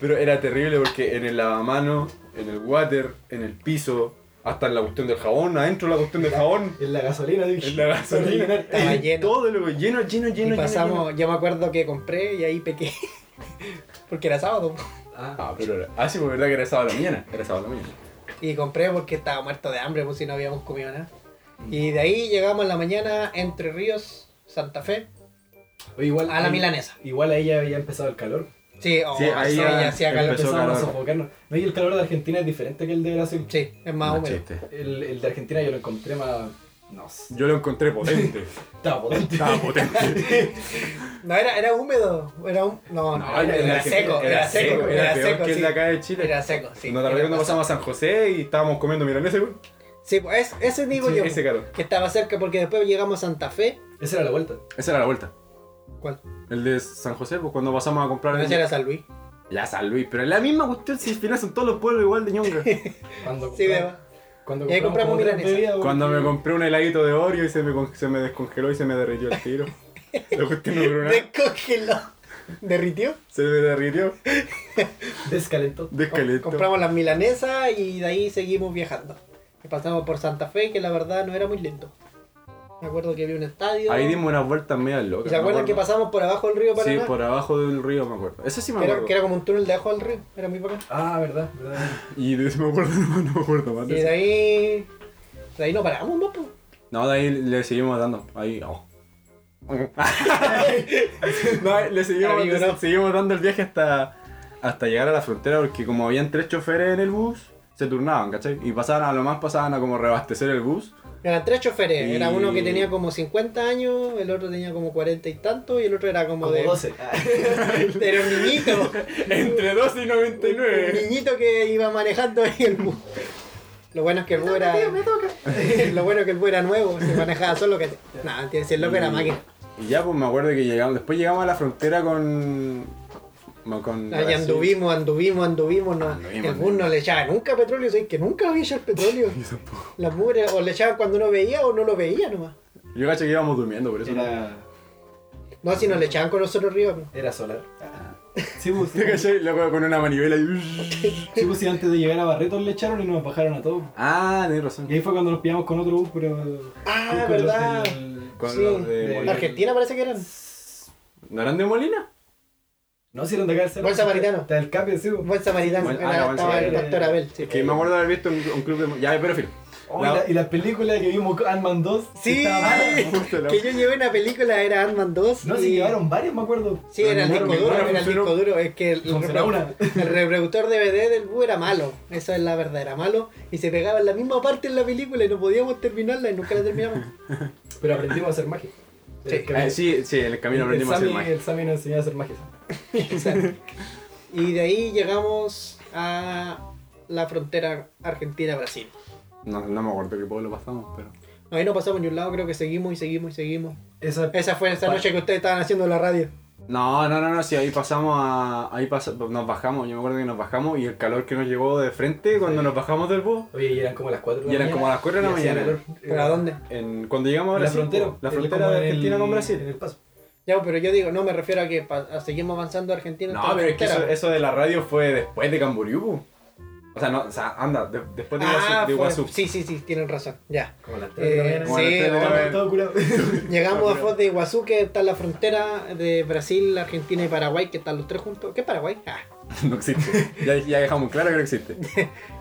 Pero era terrible porque en el lavamano, en el water, en el piso, hasta en la cuestión del jabón, adentro de la cuestión del jabón, En la gasolina, dije. en la gasolina, Estaba en lleno. todo lo lleno, lleno, lleno. y pasamos, yo me acuerdo que compré y ahí pequé. porque era sábado. po. Lleno, lleno. Ah, pero era. Ah, sí, pues verdad que era sábado a la mañana. Era sábado a la mañana. Y compré porque estaba muerto de hambre, pues si no habíamos comido nada. Mm. Y de ahí llegamos en la mañana Entre Ríos, Santa Fe. O igual, A Ah, la ahí- milanesa. Igual ahí ya había empezado el calor. Sí, oh, Sí, ahí sí, ya ya hacía calor. empezó. Empezaban a calor. sofocarnos. No, y el calor de Argentina es diferente que el de Brasil. Sí, es más No, húmedo. chiste. El, el de Argentina yo lo encontré más. No sé. Yo lo encontré potente. Estaba potente. Estaba potente. No, era, era húmedo. Era hum- No, no, era, era seco. Era seco. Era Era peor seco, que el sí. de acá de Chile. Era seco, sí. Nos acuerdo era cuando pasamos a San José y estábamos comiendo milanesa, güey. Sí, pues es- ese digo Sí, yo. ese calor. Que estaba cerca porque después llegamos a Santa Fe. Esa era la vuelta. Esa era la vuelta. ¿Cuál? El de San José, pues cuando pasamos a comprar. No, el- ese era San Luis. La San Luis, pero es la misma cuestión si al final son todos los pueblos igual de ñonga. Cuando Sí, compramos- veo. Cuando Y ahí compramos como tres milanesa. bebidas, Cuando porque- me compré un heladito de Oreo y se me, con- se me descongeló y se me derritió el tiro. La cuestión no duró nada. Descógelo. ¿Derritió? Se me derritió. Descalentó. Descalentó. Compramos las milanesas y de ahí seguimos viajando. Y pasamos por Santa Fe, que la verdad no era muy lindo. Me acuerdo que había un estadio. Ahí dimos unas vueltas medias locas. ¿Y se me acuerdan que acuerdo. pasamos por abajo del río Paraná? Sí, por abajo del río me acuerdo. Eso sí me que, acuerdo. era, que era como un túnel de abajo del río. Era muy bacán. Ah, verdad, verdad. Y de eso me acuerdo, no, no me acuerdo más. Y de de eso. ahí. De ahí no paramos, ¿no? po. No, de ahí le seguimos dando. Ahí, oh. no, le seguimos, Amigo, le no. seguimos dando el viaje hasta, hasta llegar a la frontera porque como habían tres choferes en el bus, se se turnaban, ¿cachai? Y pasaban a lo más, pasaban a como reabastecer el bus. Eran tres choferes. Y- Era uno que tenía como 50 años, el otro tenía como 40 y tanto, y el otro era como, Como de. 12. Ah, Era un niñito. Entre 12 y un 99. niñito que iba manejando ahí el bus. Lo bueno es que el bus era. Lo bueno es que el bus era nuevo, se manejaba solo que. Nada, tienes el loco era Mm, máquina. Y ya, pues me acuerdo que llegamos, después llegamos a la frontera con. con Ahí Brasil. anduvimos, anduvimos, anduvimos. no- Anduvimos, el bus no le echaba nunca petróleo, soy que nunca había echado petróleo. tampoco. Las mugres o le echaban cuando no veía o no lo veía nomás. Yo caché que íbamos durmiendo, por eso. no- Era, No, si nos le echaban con nosotros pues. ríos. era solar. Ah. Sí, pues, sí, Yo caché, loco, con una manivela y. sí, pues, sí, antes de llegar a Barretos le echaron y nos bajaron a todos. Ah, tenés razón. Y ahí fue cuando nos pillamos con otro bus, pero. Ah, con los verdad. del- Con Sí. los de De- Molina. La Argentina parece que eran. ¿No eran de Molina? No, si eran de acá del cerro. Buen samaritano. Está el cape, sí. pues. Buen samaritano. Buen- era- ah, buen estaba el samaritano. doctor Abel. sí. Es que me acuerdo de haber visto un, un club de. Ya, pero filo. Oh, y, la, y la película que vimos, Ant-Man 2. que Sí, estaba mala. Justo la- que yo llevé una película, era Ant-Man 2. No, y- si llevaron varios, me acuerdo. Sí, era el Pero disco ninguna duro, era el funcionó. disco duro. Es que el, Funcionó una. el reproductor DVD del Bu era malo. Eso es la verdad, era malo. Y se pegaba en la misma parte en la película y no podíamos terminarla y nunca la terminamos. Pero aprendimos a hacer magia. Sí. El Eh, sí, sí, en el camino aprendimos a hacer Sammy- magia. El Sammy nos enseñó a hacer magia. Exacto. y de ahí llegamos a la frontera Argentina-Brasil. No, no me acuerdo qué pueblo pasamos, pero. No, ahí no pasamos ni un lado, creo que seguimos y seguimos y seguimos. Esa, Esa fue esa noche que ustedes estaban haciendo la radio. Eh. No, no, no, no, sí, ahí pasamos a. Ahí pasa- nos bajamos, yo me acuerdo que nos bajamos y el calor que nos llegó de frente cuando Sí. nos bajamos del bus. Oye, y eran como las 4 de Y la eran como las 4 de la y hacía mañana. calor. ¿Pero a dónde? En, cuando llegamos a la Brasil, frontera. la Era frontera como de en Argentina el- con En Brasil. el paso. Ya, pero yo digo, no, me refiero a que pa- a- seguimos avanzando a Argentina. No, hasta la pero es que eso, frontera. eso de la radio fue después de Camboriú. po. O sea, no, o sea, anda, de- después de Iguazú. Ah, de fue- Iguazú. sí, sí, sí, tienen razón. Ya. Como las 3 de la Eh, mañana. Como a las sí, tres de la bueno, mañana. Todo curado. Llegamos a Foz de Iguazú, que está en la frontera de Brasil, Argentina y Paraguay, que están los tres juntos. ¿Qué Paraguay? Ah. No existe. Ya, ya dejamos claro que no existe.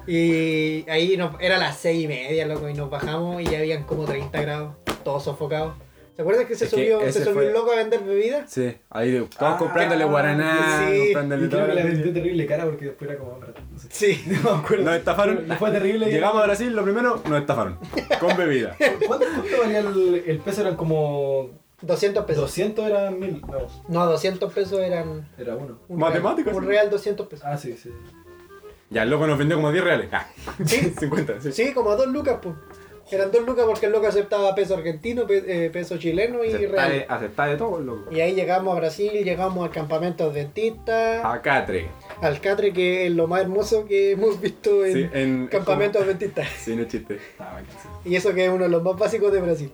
Y ahí nos, era las seis y media, loco, y nos bajamos y ya habían como 30 grados, todos sofocados. ¿Se acuerdan que se Es que subió, ese se subió fue- un loco a vender bebidas? Sí, ahí de- todos Ah, comprándole guaraná, sí. comprándole Y creo que la todo. vendió terrible cara porque después era como. No sé. Sí. No me acuerdo. Nos estafaron. No Fue terrible. Llegamos a Brasil, lo primero, nos estafaron. Con bebida. ¿Cuánto, cuánto valía el, el peso? Eran como. 200 pesos. 200 eran 1000. No, No, 200 pesos eran... era uno. Un Matemáticas. Real, un real 200 pesos. Ah, sí, sí. Ya el loco nos vendió como 10 reales. Ah, Sí, 50, sí. sí, como a dos lucas, pues. Eran dos lucas porque el loco aceptaba peso argentino, pe- eh, peso chileno y Aceptá real. de, aceptá de todo, loco. Y ahí llegamos a Brasil, llegamos al campamento dentista, A Catre. al Catre, que es lo más hermoso que hemos visto en, Sí, en campamentos dentistas. Sí, no es chiste. Y eso que es uno de los más básicos de Brasil.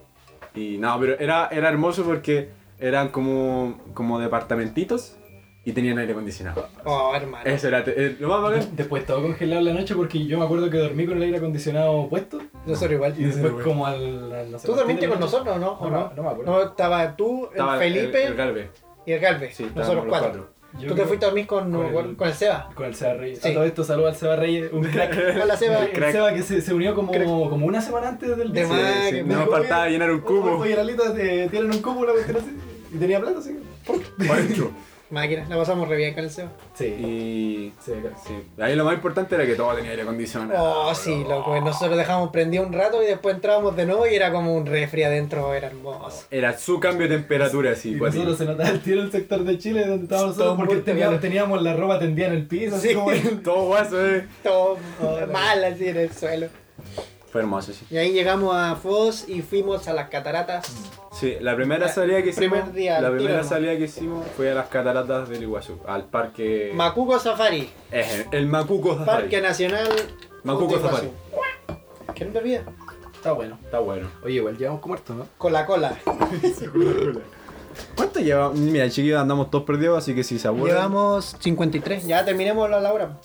Y no, pero era, era hermoso porque eran como, como departamentitos y tenían aire acondicionado. Oh, hermano. Eso era te- eh, lo más bacán. Después todo congelado en la noche porque yo me acuerdo que dormí con el aire acondicionado puesto Nosotros y igual. después como al... al- no sé, ¿Tú las dormiste con tres de la noche- nosotros o no? ¿O No, no? no me acuerdo. No, estaba tú, el Estaba el- Felipe El, el Galve. y el Galvez. Sí, estábamos nosotros los cuatro. Yo Tú te creo- fuiste a dormir con, con con, el- el Seba. Con el Seba Reyes. Sí. A todo esto saludo al Seba Reyes, un crack. Hola, Seba. El Crack. Seba que se, se unió como, Crack. como una semana antes del De viaje. más, Sí, sí, que no me- faltaba llenar un Oh, cubo. Oye, Lalita, te tiran un cubo la cuestión así. Y tenía plata, sí. Pancho. Máquina, la pasamos re bien con el Seba. Sí. Y Sí, crack. sí. Ahí lo más importante era que todo tenía aire acondicionado. Oh, sí, loco. Nosotros dejamos prendido un rato y después entrábamos de nuevo y era como un refri adentro, era hermoso. Era su cambio de temperatura, Y sí, cuatro. nosotros se notaba el tiro el sector de Chile donde estábamos Todo nosotros porque muy temblor. teníamos, teníamos la ropa tendida en el piso, así Sí. como Todo guaso, eh. Todo Oh, la- mal así en el suelo. Fue hermoso, sí. Y ahí llegamos a Foz y fuimos a las cataratas. Sí, la primera La- salida que hicimos. primer día, la al primera tiro, salida que hicimos fue a las cataratas del Iguazú, al parque. Macuco Safari, es el, el Macuco Safari. Parque Nacional. Macuco Iguazú. Safari. ¿Qué no te olvides? Está bueno. Está bueno. Oye, igual llevamos como harto, ¿no? Con la cola. ¿Cuánto lleva? Mira, chiquillos, andamos todos perdidos, así que si se aburren. Llevamos 53. Ya terminemos la Laura.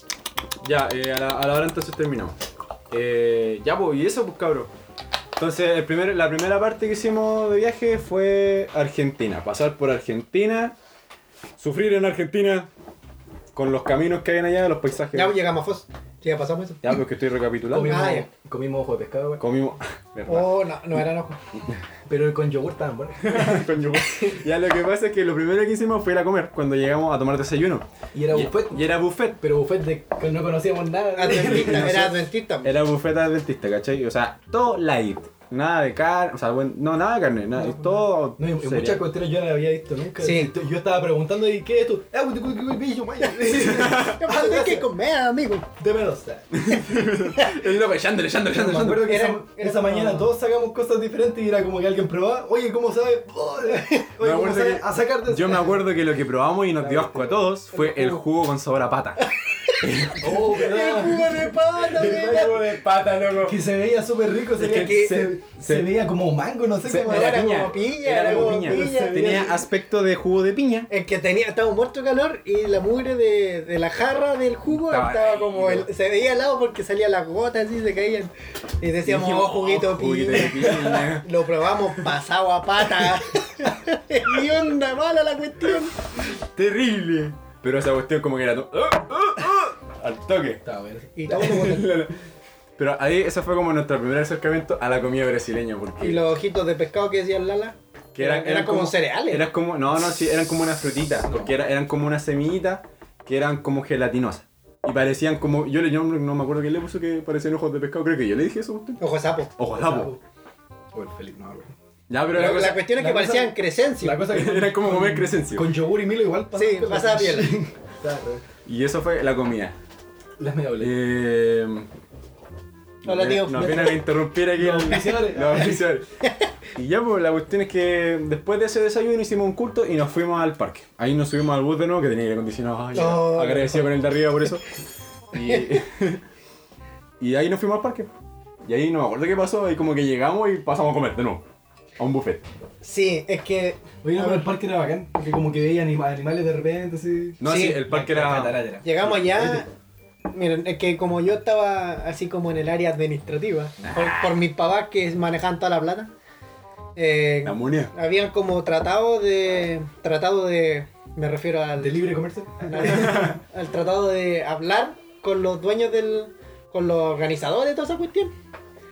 Ya, eh, a, la, a la hora entonces terminamos. Eh, ya, pues, y eso, pues, cabrón. Entonces, el primer- la primera parte que hicimos de viaje fue Argentina. Pasar por Argentina, sufrir en Argentina con los caminos que hay en allá, los paisajes. Ya llegamos a Foz. Sí, ya pasamos eso. Ya, porque estoy recapitulando. Comimos, Ah, ya. comimos ojo de pescado, güey. Comimos. Verdad. Oh, no, no eran ojos. Pero con yogur estaban buenos. Con yogur. pues. ya lo que pasa es que lo primero que hicimos fue ir a comer cuando llegamos a tomar desayuno. Y Ah, era Y- buffet. Y era buffet. Pero buffet de que no conocíamos nada. Adventista, era adventista. Era buffet adventista, ¿cachai? O sea, todo light. Nada de carne. O sea, bueno, no, nada de carne. Nada, es todo. No, y- y cereal. muchas cuestiones yo no las había visto nunca. Sí. Y tú- Yo estaba preguntando, ¿y qué es esto? Ah, güey, güey, güey, güey, güey. Hay que comer, amigo. De menos. Me El loco, Yandere, Yandere, Yandere, Yandere. acuerdo que Era- esa, era esa como- mañana todos sacamos cosas diferentes y era como que alguien probaba. Oye, ¿cómo sabe? Oh, Oye, ¿cómo acuerdo sabe? que- A sacar de Yo me acuerdo que lo que probamos y nos dio asco a todos fue el jugo con sabor a pata. Oh, ¿verdad? de pata, jugo de pata, loco. Que se veía súper rico. Se, Es veía, que- se, se- se veía como mango, no sé se- cómo era era. piña, como piña, era como piña. Se veía- Tenía aspecto de jugo de piña. Es que tenía, estaba muerto de calor y la mugre de, de la jarra del jugo Estaba estaba, ahí, como. el- se veía al lado porque salían las gotas y se caían. Y decíamos, Dijimos, oh, juguito, oh, juguito piña. de piña. Lo probamos pasado a pata. y onda mala la cuestión. Terrible. Pero esa cuestión como que era to- ¡Ah, ah, ah! al toque. Estaba bueno. Y, todo como- Pero ahí ese fue como nuestro primer acercamiento a la comida brasileña porque y los ojitos de pescado que decía el Lala. que eran, eran como, cereales. Eran como no, no, sí, eran como unas frutitas, porque era- eran como unas semillitas que eran como gelatinosas. Y parecían como yo le yo no me acuerdo quién le puso que parecían ojos de pescado, creo que yo le dije eso a usted. Ojo de sapo. Ojos de sapo. Oh, el Felipe, no, güey. Ya, pero la, la la cosa cuestión es la que cosa- parecían La crecencia. cosa que era como comer crecencio. Con yogur y milo igual. Sí, pasaba piel. Claro. Y eso fue la comida. Las media boletas. Eh, Hola, tío. Nos vienen a interrumpir aquí Los el- oficiales. los oficiales. Y ya, pues la cuestión es que después de ese desayuno hicimos un culto y nos fuimos al parque. Ahí nos subimos al bus de nuevo que tenía aire acondicionado. Ay, Oh, agradecido con el de arriba por eso. Y, y ahí nos fuimos al parque. Y ahí no me acuerdo qué pasó. Y como que llegamos y pasamos a comer de nuevo. A un buffet. Sí, es que. Oye, no, a pero ver, el parque era bacán, porque como que veía anima- animales de repente, así. No, Sí, sí, el parque era. Llegamos allá. Miren, es que como yo estaba así como en el área administrativa, Ah. por, por mis papás que manejaban toda la plata, eh, La moneda. habían como tratado de. Tratado de. Me refiero al. ¿De libre comercio? Ah, al, al tratado de hablar con los dueños del. con los organizadores de toda esa cuestión.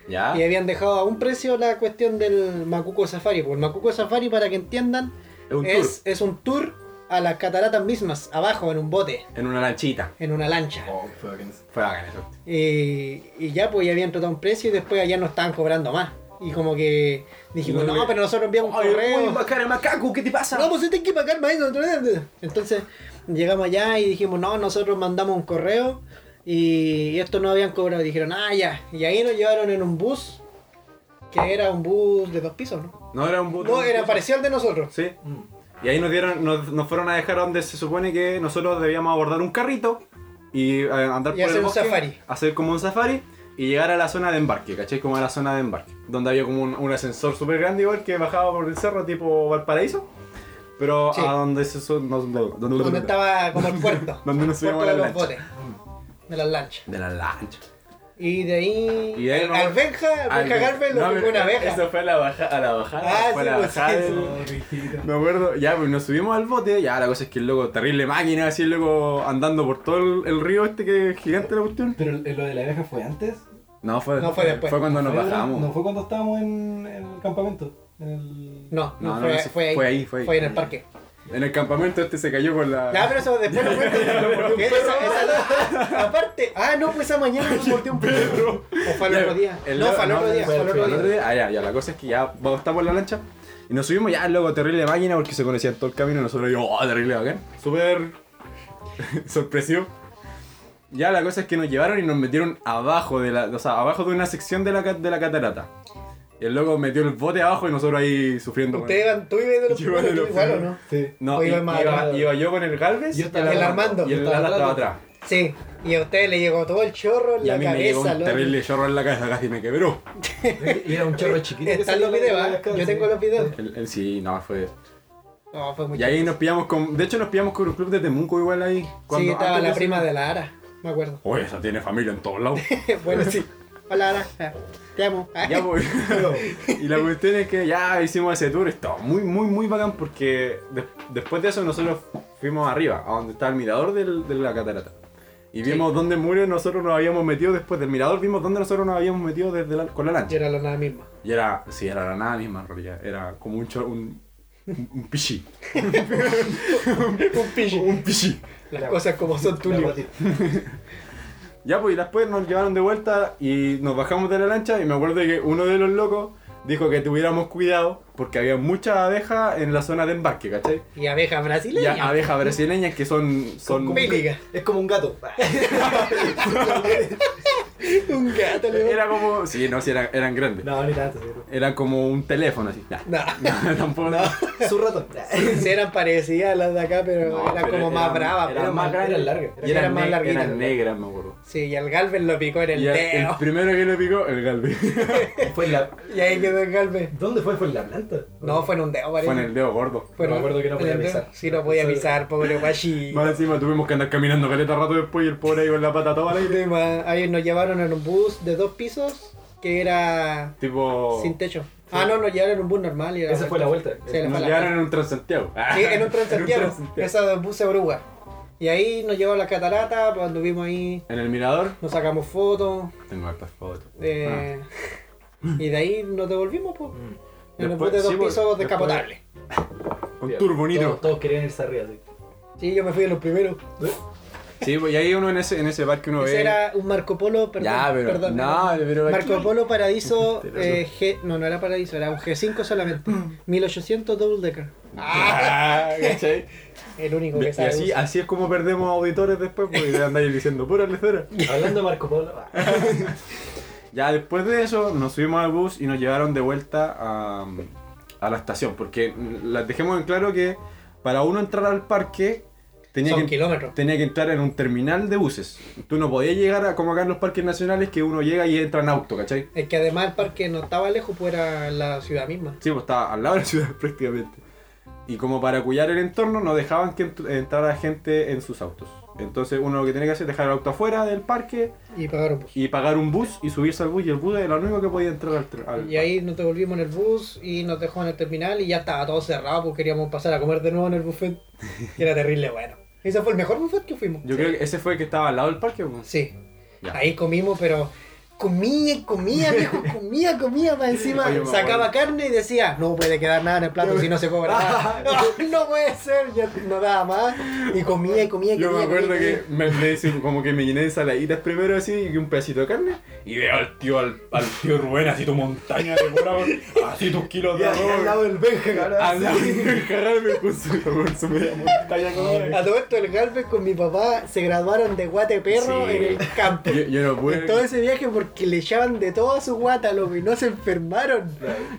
Ya. Y habían dejado a un precio la cuestión del Macuco Safari. Pues el Macuco Safari, para que entiendan, Es un tour. es, es un tour a las cataratas mismas, abajo, en un bote, En una lanchita. en una lancha. Oh, fue bacán eso. Fue bacán eso. Y, y ya, pues ya habían tratado un precio y después allá nos estaban cobrando más. Y como que dijimos, no, pero nosotros enviamos un correo. cara macaco, ¿qué te pasa? No, pues tiene que pagar más. Entonces llegamos allá y dijimos, no, nosotros mandamos un correo y esto no habían cobrado. Dijeron, ah, ya. Y ahí nos llevaron en un bus, que era un bus de dos pisos, ¿no? No era un bus. No, era parecido al de nosotros. Sí. Mm. Y ahí nos dieron, nos, nos fueron a dejar a donde se supone que nosotros debíamos abordar un carrito y eh, andar Y por hacer el un bosque, safari. hacer como un safari y llegar a la zona de embarque, ¿cachai? Como a la zona de embarque, donde había como un, un ascensor súper grande igual que bajaba por el cerro tipo Valparaíso, pero Sí. a donde se su- no, no, donde, Donde estaba como el puerto. Donde nos el puerto subíamos a de la los botes. Ah, lancha. De las lanchas. De la lancha. Y de ahí. Y de ahí al, no- al Benja, al Benja Garfield lo no, picó una abeja. Eso fue a la baja, a la bajada. Ah, fue a sí, la pues, bajada sí, del- Oh, viejito. Me acuerdo, ya pues nos subimos al bote, ya la cosa es que el loco, terrible máquina, así el loco andando por todo el, el río este que es gigante la cuestión. Pero eh, lo de la abeja fue antes. No, fue, No, fue después. cuando nos ¿Fue- bajamos. No fue cuando estábamos en el campamento. en el- No, no, No, no, fue, eso fue ahí. fue ahí, fue ahí. en el parque. En el campamento este se cayó con la... No, pero eso después lo cuento. porque esa- esa- Aparte, ah, no, pues esa mañana nos mordió un perro. O fue al Ya, otro día. el No, loco- fue al otro día. Fue al fue otro al día. otro día. Ah, ya, ya, la cosa es que ya vamos, estamos en la lancha y nos subimos ya el loco, terrible máquina, porque se conocían todo el camino, nosotros yo, oh, terrible bacán. Súper sorpresivo. Ya la cosa es que nos llevaron y nos metieron abajo de la, o sea, abajo de una sección de la, ca- de la catarata. Y el loco metió el bote abajo y nosotros ahí sufriendo. weón. Ustedes van, tú ibas de los Yo iba de primeros, tú los igual o primeros. no. Sí. No, O i- iba iba, más atrás. iba yo con el Galvez Yo y estaba- el Armando. y el yo estaba Lala estaba atrás. atrás. Sí, y a ustedes le llegó todo el chorro en Y a la mí me llegó cabeza, un loco. terrible chorro en la cabeza, casi me quebró. Y era un chorro chiquito. que Están salía los de la- videos, de las ¿ah? Yo casas. tengo los videos. El- el- sí, no, fue... No, fue muy Y ahí nos pillamos con. De hecho, nos pillamos con un club de Temuco igual ahí. Sí, cuando- estaba antes la de- prima de la Ara, me acuerdo. Oye, esa tiene familia en todos lados. bueno, sí. Hola Ara, Ah, te amo. Ah, Ya, pues, y la cuestión es que ya hicimos ese tour. Estaba muy, muy, muy bacán porque de- después de eso nosotros fuimos arriba, a donde está el mirador del- de la catarata. Y vimos dónde Muriel nosotros nos habíamos metido después del mirador, vimos dónde nosotros nos habíamos metido desde la- con la Y lancha. era la nada misma. Y era, sí, era la nada misma en realidad, era como un, chor- un, un, un pichi. Un pichi. Un pichi. Las cosas como son La pues, tuyas. guatita. Ya, pues y después nos llevaron de vuelta y nos bajamos de la lancha y me acuerdo que uno de los locos dijo que tuviéramos cuidado porque había muchas abejas en la zona de embarque, ¿cachai? Y abejas Y brasileñas. a- abejas brasileñas que son... son Bélica. Es como un gato. Un gato le era como... Sí, no, sí, era- eran grandes. No, ni tanto, seguro. Era como un teléfono así. Nah, No. no, tampoco. Su ratón. Sí, eran parecidas a las de acá, pero No, era pero como más eran- brava. eran pero- más grandes. Era larga. Y eran, Eran más ne- larguitas. eran negras, me acuerdo. Sí, y al Galvez lo picó en el Y el, el dedo. primero que lo picó, el Galvez. Fue en la... Y ahí quedó el Galvez. ¿Dónde fue? ¿Fue en la planta? No, fue en un dedo, parece. Fue en el dedo gordo. Fue en No un- me acuerdo que no en podía el dedo. pisar. Sí, no podía Eso- pisar, pobre guachi. Más encima tuvimos que andar caminando caleta rato después y el pobre ahí con la pata toda la Sí, ma, Ahí nos llevaron en un bus de dos pisos que era Tipo... sin techo. Ah, no, nos llevaron en un bus normal. Y era- Esa fue la vuelta. Sí, la- Nos para llevaron en un Transantiago. Sí, en un En Transantiago. un Transantiago. Esa de bus de oruga. Y ahí nos llevó a la catarata, pues anduvimos ahí, En el mirador. nos sacamos fotos. Tengo hartas fotos. eh, Y de ahí nos devolvimos, pues. Mm. En el bus Ah. Después- de dos sí, pues, pisos después- descapotable. Ah, con turbo nitro. Todos, todos querían irse arriba, sí. Sí, yo me fui de los primeros. Sí, pues y ahí uno en ese, en ese parque uno Ese ve. era un Marco Polo, perdón. Ya, pero- perdón, no, perdón. pero aquí- Marco Polo Paradiso Pero eh, G. No, no era Paradiso, era un G5 solamente. 1800 Double Decker. Ah, ¿cachai? El único Y que sabe. así, usar. así es como perdemos auditores después, porque le andáis diciendo pura lecera. Hablando de Marco Polo. ah, Ya después de eso, nos subimos al bus y nos llevaron de vuelta a, a la estación. Porque mm, las dejemos en claro que para uno entrar al parque tenía Son que kilómetros. tenía que entrar en un terminal de buses. Tú no podías llegar a, como acá en los parques nacionales que uno llega y entra en auto, ¿cachai? Es que además el parque no estaba lejos, pues era la ciudad misma. Sí, pues estaba al lado de la ciudad prácticamente. Y como para cuidar el entorno, no dejaban que ent- entrara gente en sus autos. Entonces uno lo que tenía que hacer es dejar el auto afuera del parque Y pues. pagaron bus. y pagar un bus y subirse al bus. Y el bus era lo único que podía entrar al, tr- al Y ahí nos devolvimos en el bus y nos dejó en el terminal y ya estaba todo cerrado porque queríamos pasar a comer de nuevo en el buffet. Y era terrible, bueno. Ese fue el mejor buffet que fuimos. Yo creo que ese fue el que estaba al lado del parque. pues. Sí. Ya. Ahí comimos, pero comía y comía, viejo, comía, comía para encima. Oye, me sacaba acuerdo. carne y decía, no puede quedar nada en el plato si no se cobra nada. no, no puede ser, ya no daba más. Y comía y comía y Yo me comía, acuerdo comía, que comía. me, me hice como que me llené de saladitas primero así y un pedacito de carne y veo al tío al, al tío Rubén así tu montaña de morado, así tus kilos Y de ahí al lado arroz. del Benja, cabrón. Al lado de cagarme con su, con su media montaña A como todo esto, el Galvez con mi papá se graduaron de guate perro Sí. en el campo. yo, yo no pude. En todo ese viaje porque le echaban de toda su guata, loco, y no se enfermaron.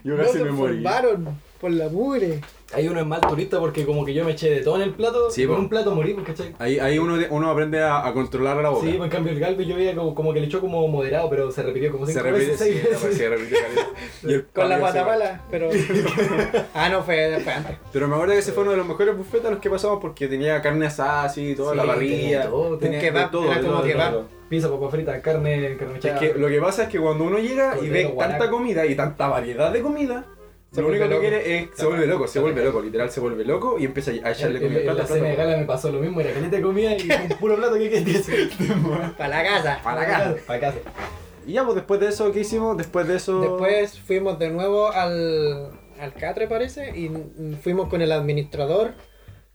Yo no casi se me morí. enfermaron por la mugre. Ahí uno es mal turista porque como que yo me eché de todo en el plato. Sí, y con po. un plato morí, pues, ¿cachai? Ahí, ahí uno, uno aprende a, a controlar la boca. Sí, pues, en cambio el Galvez yo veía como, como que le echó como moderado, pero se repitió como se cinco repite, veces, seis sí, veces. se repite. Y el Con la Pablo se guata va. mala, pero. ah, no, fue, fue antes. Pero me acuerdo que ese fue uno de los mejores buffets a los que pasamos porque tenía carne asada así, toda Sí, la parrilla. tenía todo, tenía un kebab, de todo, era de como todo, de kebab. todo. Pizza, papa frita, carne, carne Es mechada. que lo que pasa es que cuando uno llega y Cordero, ve guaraco. tanta comida y tanta variedad de comida, Se lo vuelve único que loco. quiere es. Se Claro. vuelve loco, se vuelve loco, literal, se vuelve loco y empieza a En, echarle en- comida. en la plata, cena de plata. gala me pasó lo mismo, era caleta de comida y un puro plato que quería hacer. Para la casa. Para acá. Para casa. Y ya, pues después de eso, ¿qué hicimos? Después de eso. Después fuimos de nuevo al, al Catre, parece, y mm, fuimos con el administrador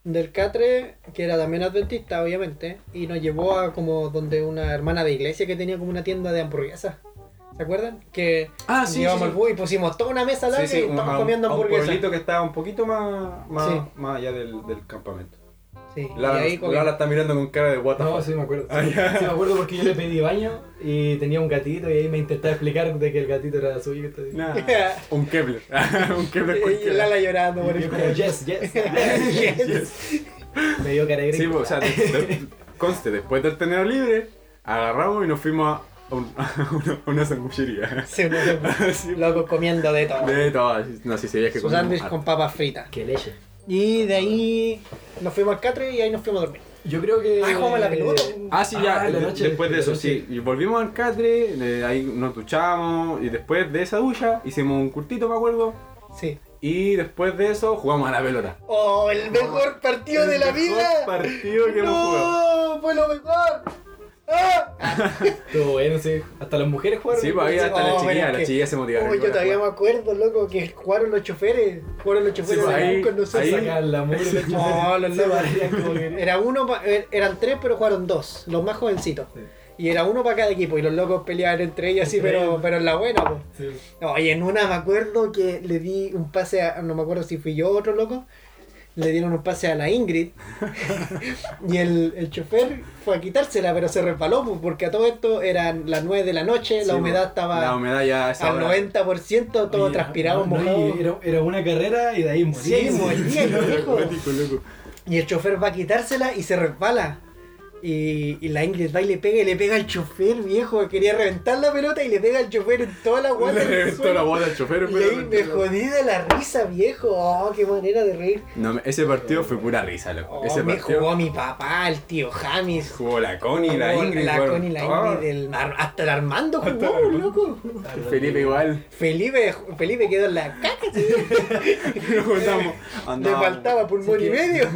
del Catre, que era también adventista, obviamente, y nos llevó a como donde una hermana de iglesia que tenía como una tienda de hamburguesas. ¿Se acuerdan? Que Ah, sí, llevamos sí, al sí. bus y pusimos toda una mesa larga Sí, y sí, un- estamos a un- comiendo a un hamburguesas. pueblito que estaba un poquito más, más, Sí. más allá del, del campamento. Sí, y Lala, ahí comimos. Lala está mirando con cara de what the No, fuck. sí me acuerdo. Ah, Sí, ya. Sí me acuerdo porque yo le pedí baño y tenía un gatito y ahí me intentaba explicar de que el gatito era suyo. y todo. Nah, un Kepler. un Kepler Y cualquiera. Lala llorando por el Y yo como, yes, yes. me dio cara de Sí, gringo. pues, o sea, de- de- conste, después del tenedor libre, agarramos y nos fuimos a, un- a una, a una sanguchería. Sí, loco, Sí. loco, comiendo de todo. De todo, así- no sé si veías que Su comimos sándwich harto. con papas fritas. Qué leche. Y de ahí nos fuimos al Catre y ahí nos fuimos a dormir. Yo creo que. Ay, jugamos la pelota. Ah, sí, ya, Ah, la de- noche, después de la eso, noche. sí. Y volvimos al Catre, de ahí nos duchamos, y después de esa ducha hicimos un curtito, me acuerdo, Sí. y después de eso jugamos a la pelota. ¡Oh, el mejor partido de la El mejor vida! partido que hemos jugado. ¡No! ¡Fue lo mejor! Ah. Todo bueno, sí. Hasta las mujeres jugaron. Sí, pues había No, hasta las pero chiquillas, Oh, es las que- chiquillas se motivaron. Uy, yo todavía me acuerdo, loco, que jugaron los choferes. Jugaron los choferes pues, de ahí- Temuco con nosotros. ahí- Sacaban la mula. No, los Se locos. barrían como que- Era uno, pa- er- eran tres, pero jugaron dos, los más jovencitos. Sí. Y era uno para cada equipo, y los locos peleaban entre ellos así, Entre pero, ellos. pero en la buena, pues. Sí. No, y en una me acuerdo que le di un pase a. No me acuerdo si fui yo o otro loco. Le dieron un pase a la Ingrid. y el, el chofer fue a quitársela, pero se resbaló, pues, porque a todo esto eran las 9 de la noche, la Sí, humedad pues, La estaba humedad ya es al 90%, todo Oye, transpirado, no, no, mojado. y era, era una carrera y de ahí moría. Sí, pues, moría, loco. loco. Y el chofer va a quitársela y se resbala. Y, y la Ingrid va y le pega y le pega al chofer, viejo. Quería reventar la pelota y le pega al chofer en toda la guata. Le en el reventó suelo. la bota al chofer, Y pero- ahí me jodí de la risa, viejo. Oh, qué manera de reír. No, ese partido fue pura risa, loco. Oh, Ese me jugó partido mi papá, el tío Jamis. jugó la Connie, la Jugó Ingrid. la jugaron Connie, la todos. Ingrid, el Ar- hasta el Armando jugó, el Armando. loco. Felipe igual. Felipe, Felipe quedó en la caca, sí. Nos juntamos. le Andábamos. faltaba pulmón Sí y que- medio.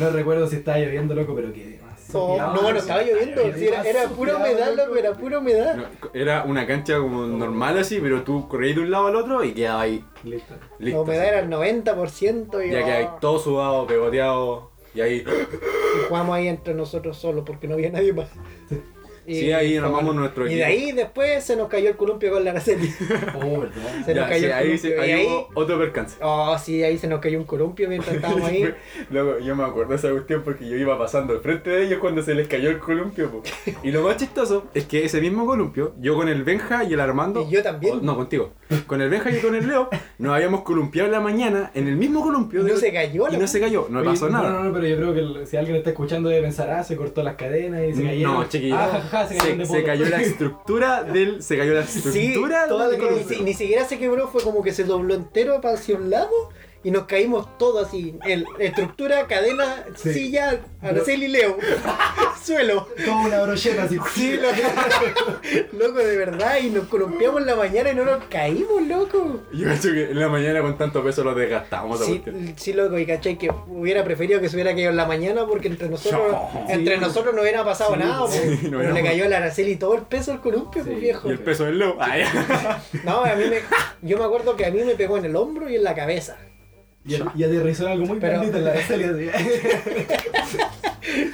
No recuerdo si estaba lloviendo, loco, pero que. Oh, no, no estaba lloviendo, sí, era, era pura humedad, loco, era pura humedad. No, Era una cancha como normal así, pero tú corrías de un lado al otro y quedaba ahí. Listo. Listo. La humedad era el 90% y, Ya que ahí oh, todo sudado, pegoteado. Y ahí. y jugamos ahí entre nosotros solos porque no había nadie más. Y- Sí, ahí y fue armamos bueno. nuestro Y de equipo. ahí después se nos cayó el columpio con la Araceli. Oh, verdad. Se nos Ya, cayó sí, el ahí, columpio. se- y ahí ahí, hubo otro percance. oh, sí, ahí se nos cayó un columpio mientras estábamos ahí. Luego, yo me acuerdo de esa cuestión porque yo iba pasando al frente de ellos cuando se les cayó el columpio. po. Y lo más chistoso es que ese mismo columpio, yo con el Benja y el Armando. Y yo también. o- no, contigo. Con el Benja y con el Leo, nos habíamos columpiado en la mañana en el mismo columpio. No del- se cayó, Y la- no se cayó, no Oye, pasó nada. No, no, no, pero yo creo que el- si alguien está escuchando debe pensar, ah, se cortó las cadenas y se cayeron. No, chiquillo. Ah, jaja, se, cayeron se, de se poto. cayó la estructura del. Se cayó la Sí, estructura toda la- del ni, si- columpio. ni siquiera se quebró, fue como que se dobló entero para hacia un lado y nos caímos todos así. El, estructura, cadena, Sí. silla, Araceli, Leo, suelo. Toda una brocheta así. Sí, loco. loco, de verdad, y nos columpiamos en la mañana y no nos caímos, loco. Yo cacho que en la mañana con tanto peso lo desgastamos. esa Sí, cuestión. sí, loco, y cachai que hubiera preferido que se hubiera caído en la mañana porque entre nosotros No, entre sí. nosotros no hubiera pasado Sí, nada, sí, po. no pero hubiéramos- le cayó a la Araceli todo el peso al columpio, Sí, pues, viejo. Y el peso del Leo. Ah, ya. No, a mí me, yo me acuerdo que a mí me pegó en el hombro y en la cabeza. Y, y aterrizó en algo muy Pero- bonito en la Araceli, así.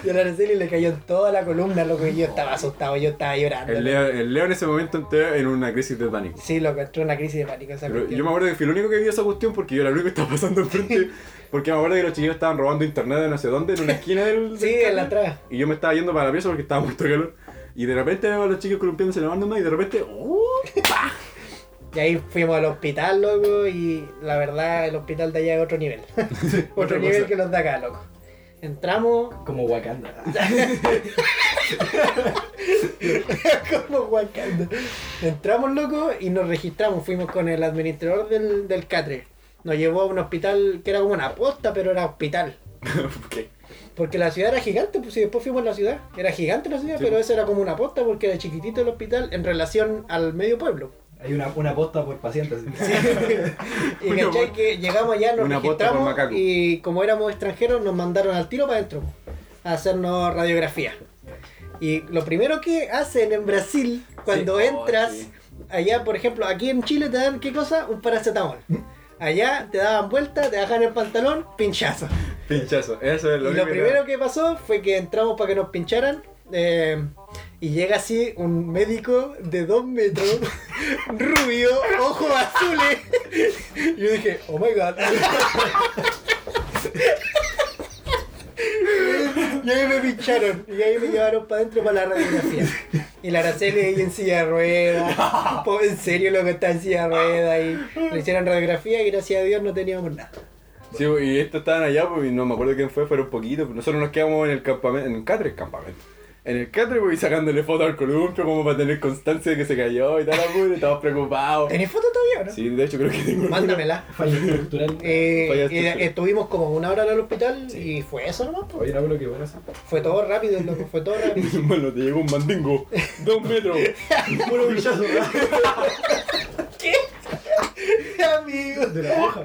Y a la Araceli le cayó en toda la columna, loco, y yo estaba asustado, yo estaba llorando. El Leo, el Leo en ese momento entró en una crisis de pánico. Sí, loco, entró una crisis de pánico esa Pero cuestión. yo me acuerdo que fui el único que vio esa cuestión porque yo era el único que estaba pasando enfrente. Porque me acuerdo que los chiquillos estaban robando internet de no sé dónde, en una esquina del. Sí, del en la carro. atrás. Y yo me estaba yendo para la pieza porque estaba muerto de calor. Y de repente veo a los chicos columpiándose en la banda y de repente. ¡Oh! ¡Pah! Y ahí fuimos al hospital, loco, y la verdad, el hospital de allá es otro nivel. otro otra nivel cosa. que los de acá, loco. Entramos Como Wakanda. como Wakanda. Entramos, loco, y nos registramos. Fuimos con el administrador del, del Catre. Nos llevó a un hospital que era como una posta, pero era hospital. Ok. Porque la ciudad era gigante, pues si después fuimos a la ciudad, era gigante la ciudad, Sí. pero eso era como una posta porque era chiquitito el hospital en relación al medio pueblo. Hay una, una posta por paciente. así. y Una cachai po- que llegamos allá, nos una posta por registramos macaco. y como éramos extranjeros nos mandaron al tiro para adentro a hacernos radiografía. Y lo primero que hacen en Brasil cuando Sí. Oh, entras, sí. allá por ejemplo, aquí en Chile te dan, ¿qué cosa? Un paracetamol. Allá te daban vuelta, te bajan el pantalón, pinchazo. Pinchazo. Eso es lo, Y lo que me primero que pasó fue que entramos para que nos pincharan. eh, y llega así un médico de dos metros, rubio, ojos azules. Y yo dije, oh my god. Y ahí me pincharon. Y ahí me llevaron para adentro para la radiografía. Y la Araceli ahí en silla de ruedas. Pobre, en serio lo que está en silla de ruedas. Y le hicieron radiografía y gracias a Dios no teníamos nada. Sí, y estos estaban allá, pues, y no me acuerdo quién fue, fueron poquitos. pero Nosotros nos quedamos en el campamento, en el catre, campamento. En el catre, pues, y sacándole fotos al columpio como para tener constancia de que se cayó y tal, pues, y estábamos preocupados. ¿Tenés foto todavía o no? Sí, de hecho creo que tengo... Mándamela. Falla estructural. Eh, Falla eh, estructural. estuvimos como una hora en el hospital y fue eso nomás. po. Oye, no, pero qué bueno. sí. Fue todo rápido, loco, fue todo rápido. Bueno, te llegó un mandingo, dos metros, Puro pillazo, ¿verdad? Amigo. De la hoja.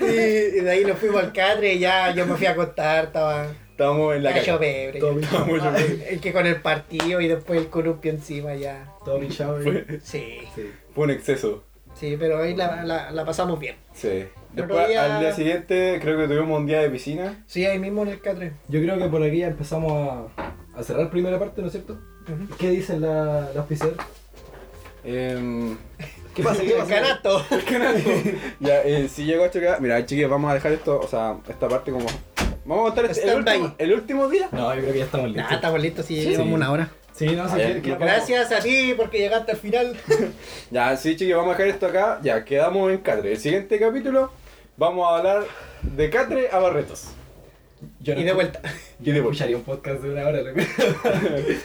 Y, y de ahí nos fuimos al catre y ya yo me fui a acostar, estaba. Ah. Estábamos en la Cacho calle. pebre. Todo bien. Estábamos yo- Es que con el partido y después el columpio encima ya. Todo pinchado. güey. Fue, Sí, Sí. fue un exceso. sí, pero hoy la, la, la pasamos bien. Sí. Pero Después, ya- al día siguiente, creo que tuvimos un día de piscina. Sí, ahí mismo en el K3. Yo creo que por aquí ya empezamos a, a cerrar primera parte, ¿no es cierto? Ujú. ¿Qué dicen la, la oficial? Em, ¿Qué pasa? ¿Qué El pasa? canasto. ya, eh, si llegó a chocar. Mira, chiquillos, vamos a dejar esto, o sea, esta parte como. Vamos a contar este- el, Stand by. último, el último día. No, yo creo que ya estamos Nah, listos. estamos listos, sí, llevamos una hora. Sí, no, sí, Ah, ya. que- que- Gracias a ti porque llegaste al final. Ya, sí, chiquillos, vamos a dejar esto acá. Ya, quedamos en Catre. El siguiente capítulo, vamos a hablar de Catre a Barretos. Yo no Y de escu- vuelta. Yo no escucharía un podcast de una hora, loco.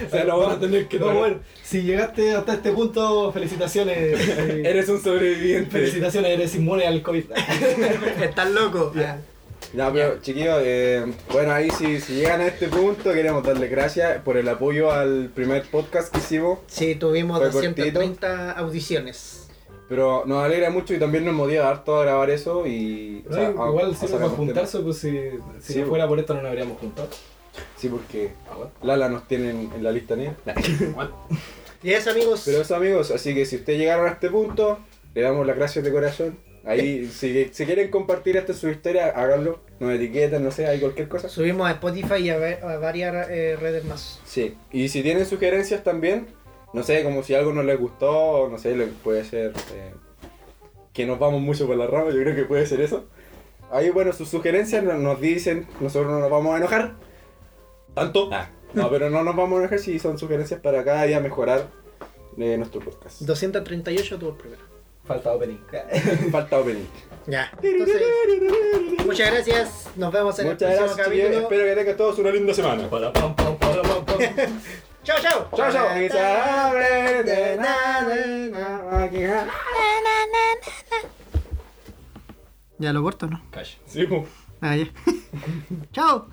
O sea, lo vamos a tener que No, tomar. bueno, si llegaste hasta este punto, felicitaciones. eh, Eres un sobreviviente. felicitaciones, eres inmune al COVID. Estás loco. Ya, pero chiquillos, eh, bueno, ahí si, si llegan a este punto, queremos darles gracias por el apoyo al primer podcast que hicimos. Sí, tuvimos Fue 230 audiciones. Pero nos alegra mucho y también nos motiva harto a grabar eso y... o No, sea, a- a igual sirve sacar para más juntarse, pues si, si Sí, no fuera por esto no nos habríamos juntado. temas. Sí, porque Ah, bueno. Lala nos tiene en, en la lista negra. Y eso, amigos. Pero eso amigos, así que si ustedes llegaron a este punto, le damos las gracias de corazón. Ahí, Eh. si, si quieren compartir esta su historia, háganlo. Nos etiquetan, no sé, hay cualquier cosa. Subimos a Spotify y a, ver- a varias eh, redes más. Sí, y si tienen sugerencias también, no sé, como si algo no les gustó, o no sé, lo- puede ser eh, que nos vamos mucho por la rama, yo creo que puede ser eso. Ahí, bueno, sus sugerencias no- nos dicen, nosotros no nos vamos a enojar. ¿Tanto? No, pero no nos vamos a enojar si son sugerencias para cada día mejorar eh, nuestro podcast. 238 tuvo el primero. Falta opening. Falta opening. Ya. Entonces, muchas gracias. Nos vemos en Muchas el gracias, próximo chiquillos. capítulo. Espero que tengan todos una linda semana. Para pam, pam, para pam, pam. Chao, chao. Chao, chao. Y se abre de ah. nada. Ya lo corto, ¿no? Cacho. Sí, pues. po. Ah, ya. chao.